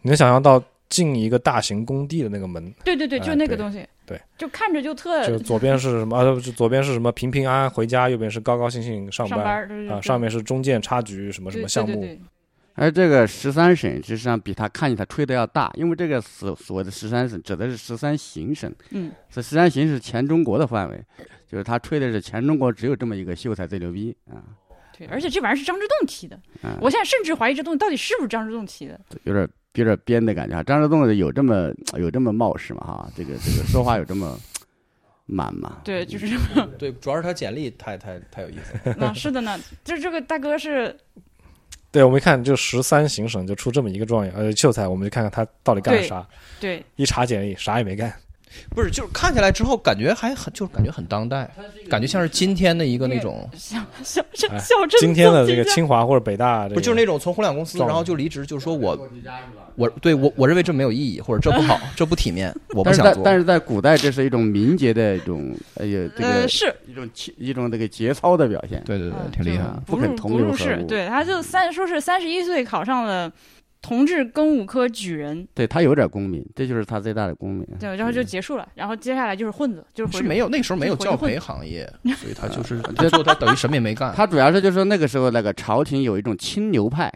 E: 你能想象到进一个大型工地的那个门，
C: 对对对，
E: 哎
C: 就那个
E: 对
C: 东西，
E: 对，
C: 就看着就特
E: 就左边是什么？啊，不是左边是什么？平平安安回家，右边是高高兴兴上
C: 上
E: 班。
C: 班儿对对
E: 啊，
C: 对
E: 上面是中建差局什么什
C: 对
E: 么项
C: 对
E: 目，
C: 对对
G: 而这个十三省实际上比他看见他吹的要大，因为这个所所谓的十三省指的是十三行省，
C: 嗯，
G: 这十三行是全中国的范围，就是他吹的是全中国只有这么一个秀才最牛逼啊，
C: 对，而且这玩意儿是张之洞提的，
G: 嗯
C: 我现在甚至怀疑这东西到底是不是张之洞提的。
G: 有点有点 编的感觉啊。张之洞有这么有这么冒失嘛哈，这个这个说话有这么满嘛。
C: 对，就是
F: 对，主要是他简历太太太有意思了。
C: 那是的呢，就是这个大哥是
E: 对，我们一看就十三行省就出这么一个状元，呃，秀才，我们就看看他到底干了
C: 对
E: 啥。
C: 对
E: 一查简历，啥也没干。
F: 不是，就是看起来之后感觉还很，就是感觉很当代，感觉像是今天的一个那种，
C: 小小镇
E: 哎
C: 小镇
E: 今天的
C: 做
E: 这个
C: 题家
E: 清华或者北大，这
F: 不
E: 个
G: 哎
F: 就是那种从互联网公司
E: 撞
F: 然后就离职，就是说我我对我我认为这没有意义，或者这 不好，这不体面，我不
G: 但是
F: 想
G: 在
F: 做。
G: 但是在古代，这是一种民间的一种呃有这
C: 呃
G: 个
C: 是
G: 一种气一种这个节操的表现。
F: 对对对，
C: 嗯
F: 挺厉害
C: 就
F: 的。
G: 不
C: 不
G: 肯
C: 入
G: 同
C: 不
G: 流
C: 入
G: 合
C: 仕
G: 污，
C: 对，他就三说是三十一岁考上了同治庚午科举人，
G: 对他有点功名，这就是他最大的功名。
C: 对，然后就结束了，然后接下来就是混子，就是
F: 嗯是
C: 回
F: 没有那个时候没有
C: 回
F: 教
C: 混
F: 培 行业，所以他就是
G: 这
F: 他最后他等于什么也没干。
G: 他主要是就是说那个时候那个朝廷有一种清流派，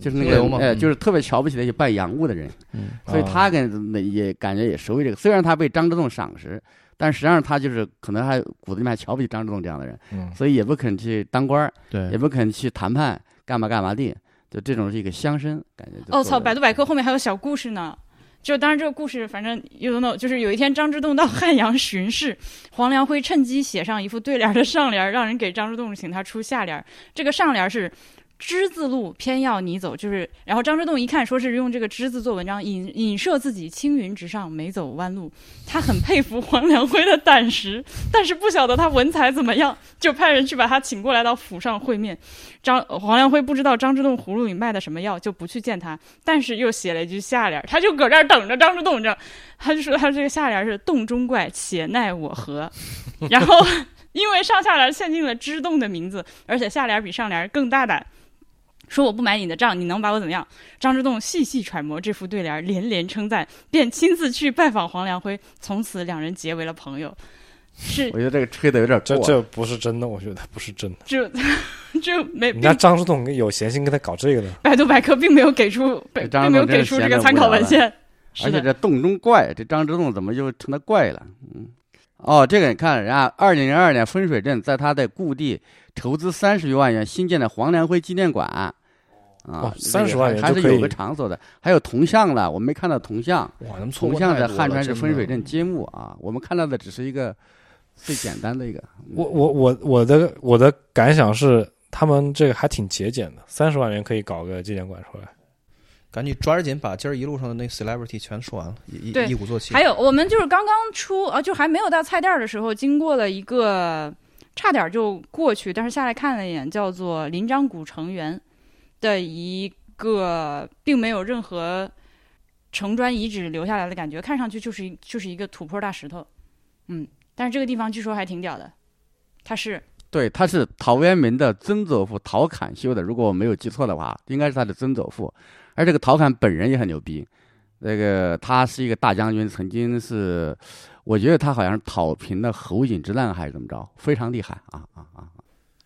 G: 就是那
F: 清流
G: 个
F: 嘛
G: 呃
F: 嗯
G: 就是特别瞧不起那些拜洋务的人，
F: 嗯
G: 所以
E: 啊
G: 他跟那也感觉也熟于这个。虽然他被张之洞赏识，但实际上他就是可能还骨子里面还瞧不起张之洞这样的人，
E: 嗯
G: 所以也不肯去当官儿，也
F: 对，
G: 不肯去谈判，干嘛干嘛地。就这种是一个乡绅感觉就做
C: 哦
G: 了。
C: 操，百度百科后面还有小故事呢。就当然这个故事，反正 you don't know，就是有一天张之洞到汉阳巡视，黄良辉趁机写上一副对联儿的上联儿，让人给张之洞请他出下联儿。这个上联儿是“之字路偏要你走”，就是然后张之洞一看说是用这个“之”字做文章，影影射自己青云直上，没走弯路。他很佩服黄良辉的胆识，但是不晓得他文采怎么样，就派人去把他请过来到府上会面。张黄良辉不知道张之洞葫芦里卖的什么药，就不去见他。但是又写了一句下联儿，他就搁这儿等着张之洞，你知道，他就说他这个下联儿是“洞中怪，且奈我何”， 然后因为上下联儿限定了之洞的名字，而且下联儿比上联儿更大胆。说我不买你的账，你能把我怎么样？张之洞细细揣摩这副对联儿，连连称赞，便亲自去拜访黄良辉，从此两人结为了朋友。是
G: 我觉得这个吹的有点
E: 这
G: 过。
E: 这不是真的，我觉得不是真的。
C: 就 就没
E: 人家张书栋有闲心跟他搞这个的，
C: 百度百科并没有给出，
G: 这
C: 并
G: 张
C: 并没有
G: 总真
C: 给
G: 是
C: 出
G: 闲
C: 这个
G: 得
C: 参
G: 无
C: 考
G: 聊
C: 文
G: 了
C: 献。
G: 而
C: 是
G: 且
C: 的，
G: 这洞中怪，这张之洞怎么就成了怪了？嗯，哦，这个你看，人家二零零二年分水镇在他的故地筹资三十余万元新建的黄良辉纪念馆，啊，这个
E: 30万元哦
G: 还还
E: 就是可以
G: 有个场所的，还有铜像了，我们没看到铜像，
F: 哇，咱们错
G: 铜
F: 过
G: 像
F: 太
G: 在
F: 多
G: 汉
F: 了
G: 川市
F: 真
G: 分
F: 的嗯
G: 水
E: 嗯
G: 镇揭幕啊，我们看到的只是一个最简单的一个，嗯
E: 我我我我的我的感想是，他们这个还挺节俭的，三十万元可以搞个纪念馆出来。
F: 赶紧抓紧把今儿一路上的那 celebrity 全说完了，一
C: 对
F: 一一鼓作气。
C: 还有我们就是刚刚出啊，就还没有到菜店儿的时候，经过了一个差点就过去，但是下来看了一眼，叫做临漳古城园的一个，并没有任何城砖遗址留下来的感觉，看上去就是一就是一个土坡大石头，嗯，但是这个地方据说还挺屌的，它是
G: 对，他是陶渊明的曾祖父陶侃修的，如果我没有记错的话，应该是他的曾祖父。而这个陶侃本人也很牛逼，那个他是一个大将军，曾经是，我觉得他好像是讨平了侯景之乱还是怎么着，非常厉害啊啊啊！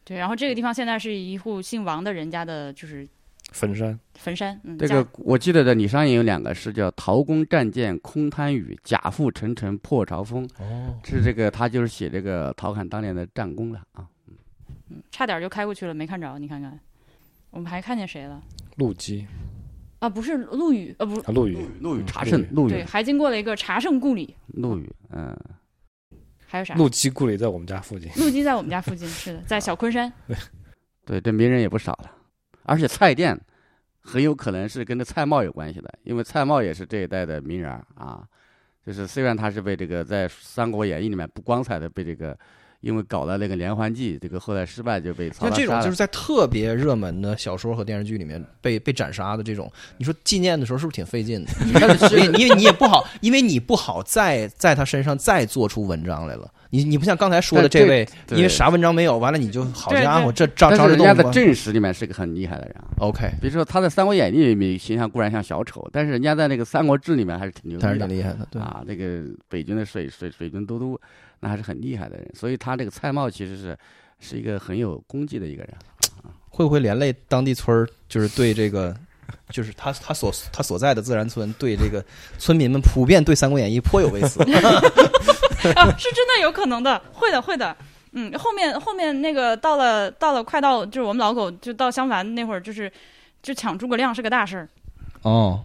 C: 对，然后这个地方现在是一户姓王的人家的，就是
E: 坟山，
C: 坟山，嗯，
G: 这
C: 家
G: 个我记得的李商隐有两个诗，叫《陶公战舰空滩雨，贾复沉沉破朝风》，
F: 哦，
G: 是这个他就是写这个陶侃当年的战功了啊。
C: 差点就开过去了，没看着，你看看，我们还看见谁了？
E: 陆机
C: 啊，不是陆羽，呃，不是，
E: 啊，陆羽，
G: 陆羽查
E: 陆
G: 慎
E: 羽，
G: 陆
C: 对，
G: 羽，
C: 还经过了一个茶圣故里，
G: 陆羽，嗯，
C: 还有啥？
E: 陆机故里在我们家附近。
C: 陆机在我们家附近，是的，在小昆 山。
G: 对，这名人也不少了，而且菜店很有可能是跟这蔡瑁有关系的，因为蔡瑁也是这一代的名人儿啊。就是虽然他是被这个在《三国演义》里面不光彩的被这个，因为搞了那个连环计，这个后来失败就被曹
F: 像
G: 操
F: 这种
G: 杀
F: 就
G: 了
F: 是。在特别热门的小说和电视剧里面被被斩杀的这种，你说纪念的时候是不是挺费劲 的？
G: 但是
F: 因为因为你也不好，因为你不好再在他身上再做出文章来了。你你不像刚才说的
G: 但
F: 这
G: 这
F: 位，
G: 对
F: 因为啥文章没有，完了你就好
C: 对
F: 家伙，
C: 对
F: 这
G: 但
F: 张
G: 是
F: 张之
G: 人
F: 洞
G: 家在
F: 吧
G: 正史里面是个很厉害的人啊。
F: OK，
G: 比如说他在《三国演义》里面形象固然像小丑，但是人家在那个《三国志》里面还是挺牛
F: 他
G: 逼
F: 是挺
G: 的。
F: 厉害的，对，
G: 啊，那个北军的水水水军都督，那还是很厉害的人。所以他这个蔡瑁其实是是一个很有功绩的一个人。
F: 会不会连累当地村儿？就是对这个，就是他他所他所在的自然村，对这个村民们普遍对《三国演义》颇有微 词。
C: 啊， 是真的有可能的，会的，会的。嗯，后面后面那个到了到了快到就是我们老狗就到襄樊那会儿，就是就抢诸葛亮是个大事儿。
F: 哦，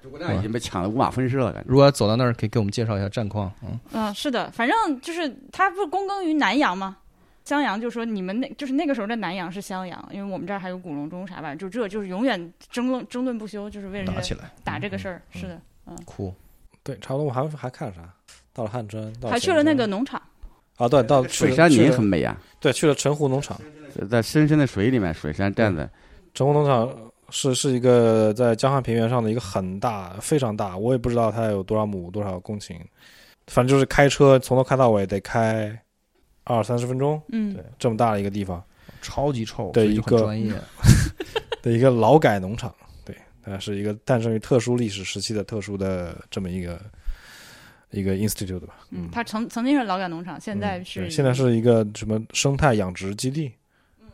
G: 诸葛亮已经被抢得五马分尸了，感觉。
F: 如果要走到那儿，可以给我们介绍一下战况。嗯，
C: 嗯，是的，反正就是他不是躬耕于南阳吗？襄阳就说你们那就是那个时候的南阳是襄阳，因为我们这儿还有古隆中啥玩意儿，就这就是永远争论争论不休，就是为了
F: 打
C: 这
F: 起
C: 个
F: 来，
C: 打这个事儿。
F: 嗯
C: 是的，
F: 酷。
E: 对，差不多。我还还看啥？到了汉蒸，到
C: 还去了
E: 咸
C: 那
E: 阳
C: 个农场，
E: 啊，对，到去
G: 水
E: 了
G: 杉
E: 去
G: 林
E: 了
G: 很美啊，呃
E: 对，去了城湖农场。
G: 在深深的水里面，水杉
E: 嗯
G: 站着，
E: 城湖农场是是一个在江汉平原上的一个很大，非常大，我也不知道它有多少亩多少公顷，反正就是开车从头开到尾得开二三十分钟，
C: 嗯，
E: 这么大的一个地方
F: 超级臭，
E: 对
F: 所以就
E: 一
F: 很
E: 个
F: 专业。
E: 的一个劳改农场，对，它是一个诞生于特殊历史时期的特殊的这么一个一个 institute 吧，
C: 嗯，他曾曾经是劳改农场，现在
E: 嗯
C: 是、
E: 对现在是一个什么生态养殖基地，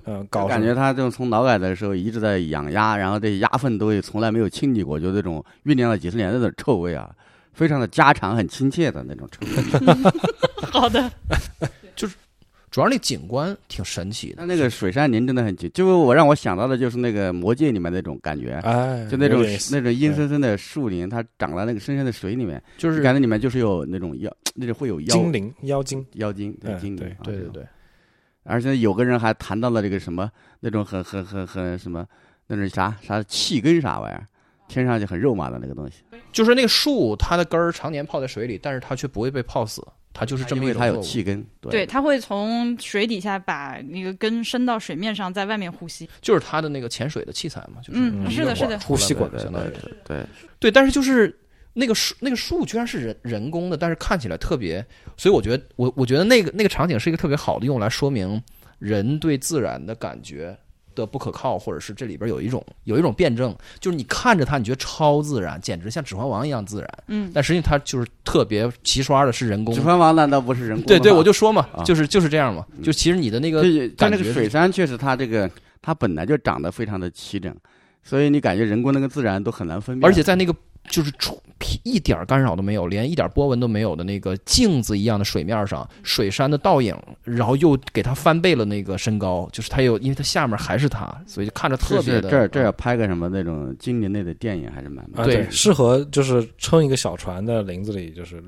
E: 嗯、搞
G: 我感
E: 什么
G: 觉他这种从劳改的时候一直在养鸭，然后这鸭粪都也从来没有清理过，就这种酝酿了几十年的那种臭味啊，非常的家常，很亲切的那种臭味。
C: 好的，
F: 主要那景观挺神奇的，
G: 但那个水杉林真的很紧，就是我让我想到的就是那个《魔戒》里面那种感觉，
E: 哎，
G: 就那
E: 有
G: 种
E: 点意思
G: 那种阴森森的树林，它长在那个深深的水里面，
F: 就
G: 就是感觉里面就是有那种妖，那种会有妖
E: 精灵妖精，
G: 妖精，对
E: 嗯
G: 精灵
E: 对
G: 啊，
F: 对
G: 这
F: 对
G: 种
F: 对，
G: 而且有个人还谈到了这个什么那种很很很很什么那种啥啥气根啥玩意儿，听上去很肉麻的那个东西，
F: 就是那个树，它的根儿常年泡在水里，但是它却不会被泡死，它就是这么
G: 因
F: 一
G: 为
F: 种
G: 它
F: 作
G: 有
F: 物
G: 气根，
C: 对，他会从水底下把那个根伸到水面上，在外面呼吸。
F: 就是它的那个潜水的器材嘛，就是
C: 嗯
F: 一
C: 是
F: 个
C: 的是
F: 管
C: 的
F: 出
E: 呼吸
F: 来呗
E: 管
F: 相
G: 对
F: 当于
G: 对对，
F: 对，但是就是那个树，那个树居然是人人工的，但是看起来特别，所以我觉得我我觉得那个那个场景是一个特别好的用来说明人对自然的感觉的不可靠，或者是这里边有一种有一种辩证，就是你看着它，你觉得超自然，简直像《指环王》一样自然，
C: 嗯，
F: 但实际上它就是特别齐刷的是人工
G: 指。环王难道不是人工的
F: 嗯对
G: 吗？
F: 对，我就说嘛，
G: 啊
F: 就是就是这样嘛，就其实你的那个
G: 对，它
F: 感
G: 那个
F: 觉
G: 水杉确实它这个它本来就长得非常的齐整，所以你感觉人工那个自然都很难分辨，
F: 而且在那个就是出屁一点儿干扰都没有，连一点儿波纹都没有的那个镜子一样的水面上，水杉的倒影，然后又给它翻倍了那个身高，就是它有，因为它下面还是它，所以就看着特
G: 是
F: 别
G: 是
F: 的嗯
G: 这儿这儿要拍个什么那种精灵类的电影还是蛮
E: 啊，
F: 对
E: 适合就是撑一个小船的林子里，就是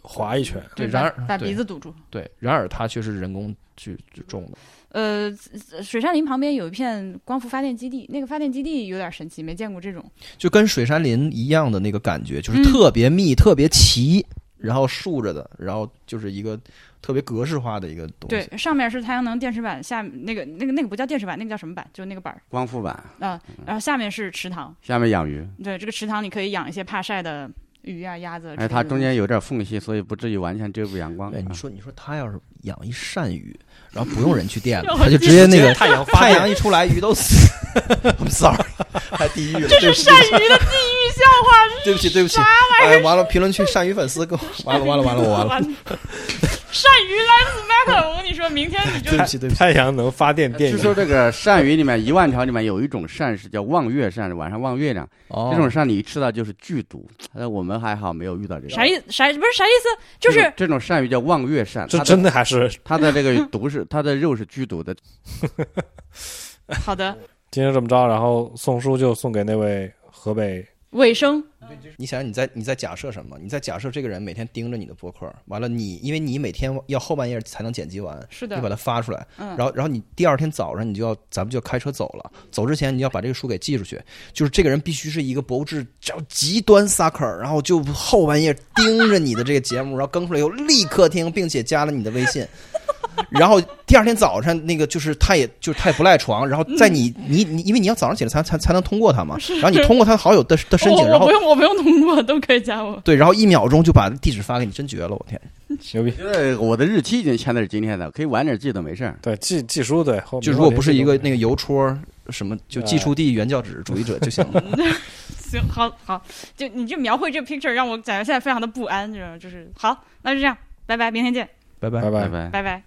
E: 划一圈。
F: 对，
C: 就是
F: 然
C: 把
F: 而
C: 把
F: 对
C: 鼻子堵住。
F: 对，然而它却是人工去去种的，
C: 呃，水杉林旁边有一片光伏发电基地，那个发电基地有点神奇，没见过这种。
F: 就跟水杉林一样的那个感觉，就是
C: 嗯
F: 特别密、特别齐，然后竖着的，然后就是一个特别格式化的一个东西。
C: 对，上面是太阳能电池板，下那个那个那个不叫电池板，那个叫什么板？就那个板儿
G: 光伏板，
C: 啊、
E: 嗯
C: 然后下面是池塘，
G: 下面养鱼，
C: 对，这个池塘你可以养一些怕晒的鱼啊、鸭子之类的。
G: 哎，它 中间有点缝隙，所以不至于完全遮住阳光。
F: 哎，
G: 啊
F: 你说你说它要是养一鳝鱼，然后不用人去电 了，
C: 要
F: 它就直接那个
E: 太阳
F: 太阳一出来，鱼都死。I'm sorry，还地狱了。这是鳝鱼的地狱笑话。对不起，对不起。哎，完了，评论区鳝鱼粉丝给我完了，完了，完了，我完了。
C: 鳝鱼 lives matter，我跟你说，明天 你就
F: 对不起，对不起。
E: 太阳能发电电
G: 据
E: 源
G: 说这个鳝鱼里面一万条里面有一种鳝是叫望月鳝，晚上望月亮。
F: 哦
G: 这种鳝你一吃到就是剧毒，但我们还好没有遇到这个。
C: 啥意啥不是啥意思？哎就是
G: 这种鳝鱼叫望月鳝，
E: 这
G: 它
E: 真
G: 的
E: 的还是
G: 它的这个毒是它的肉是剧毒的。
C: 好的
E: 今天这么着，然后送书就送给那位河北
C: 尾声，
F: 你想想，你在你在假设什么？你在假设这个人每天盯着你的博客，完了你因为你每天要后半夜才能剪辑完，
C: 是
F: 你把
C: 的，
F: 它发出来，
C: 嗯
F: 然后然后你第二天早上你就要，咱们就要开车走了。走之前你要把这个书给寄出去，就是这个人必须是一个博物志叫极端 sucker，然后就后半夜盯着你的这个节目，然后更出来以后立刻听，并且加了你的微信。然后第二天早上，那个就是他也，就是他也不赖床。然后
C: 嗯
F: 在你你你，因为你要早上起来才才才能通过他嘛。然后你通过他好友的的申请，
C: 我
F: 然
C: 我不
F: 后
C: 用我不用通过都可以加我。
F: 对，然后一秒钟就把地址发给你，真绝了！我天，
E: 牛逼，
G: 因为我的日期已经签的是今天的，可以晚点寄都没事儿。
E: 对寄寄书对，后
F: 就如果不是一个
E: 个
F: 那个邮戳什么，就寄出地原教旨主义者就行了。
C: 行，好好，就你就描绘这 picture 让我感觉现在非常的不安，这种就是好，那就这样，拜拜，明天见，
F: 拜拜
E: 拜。拜
G: 拜。
C: 拜拜。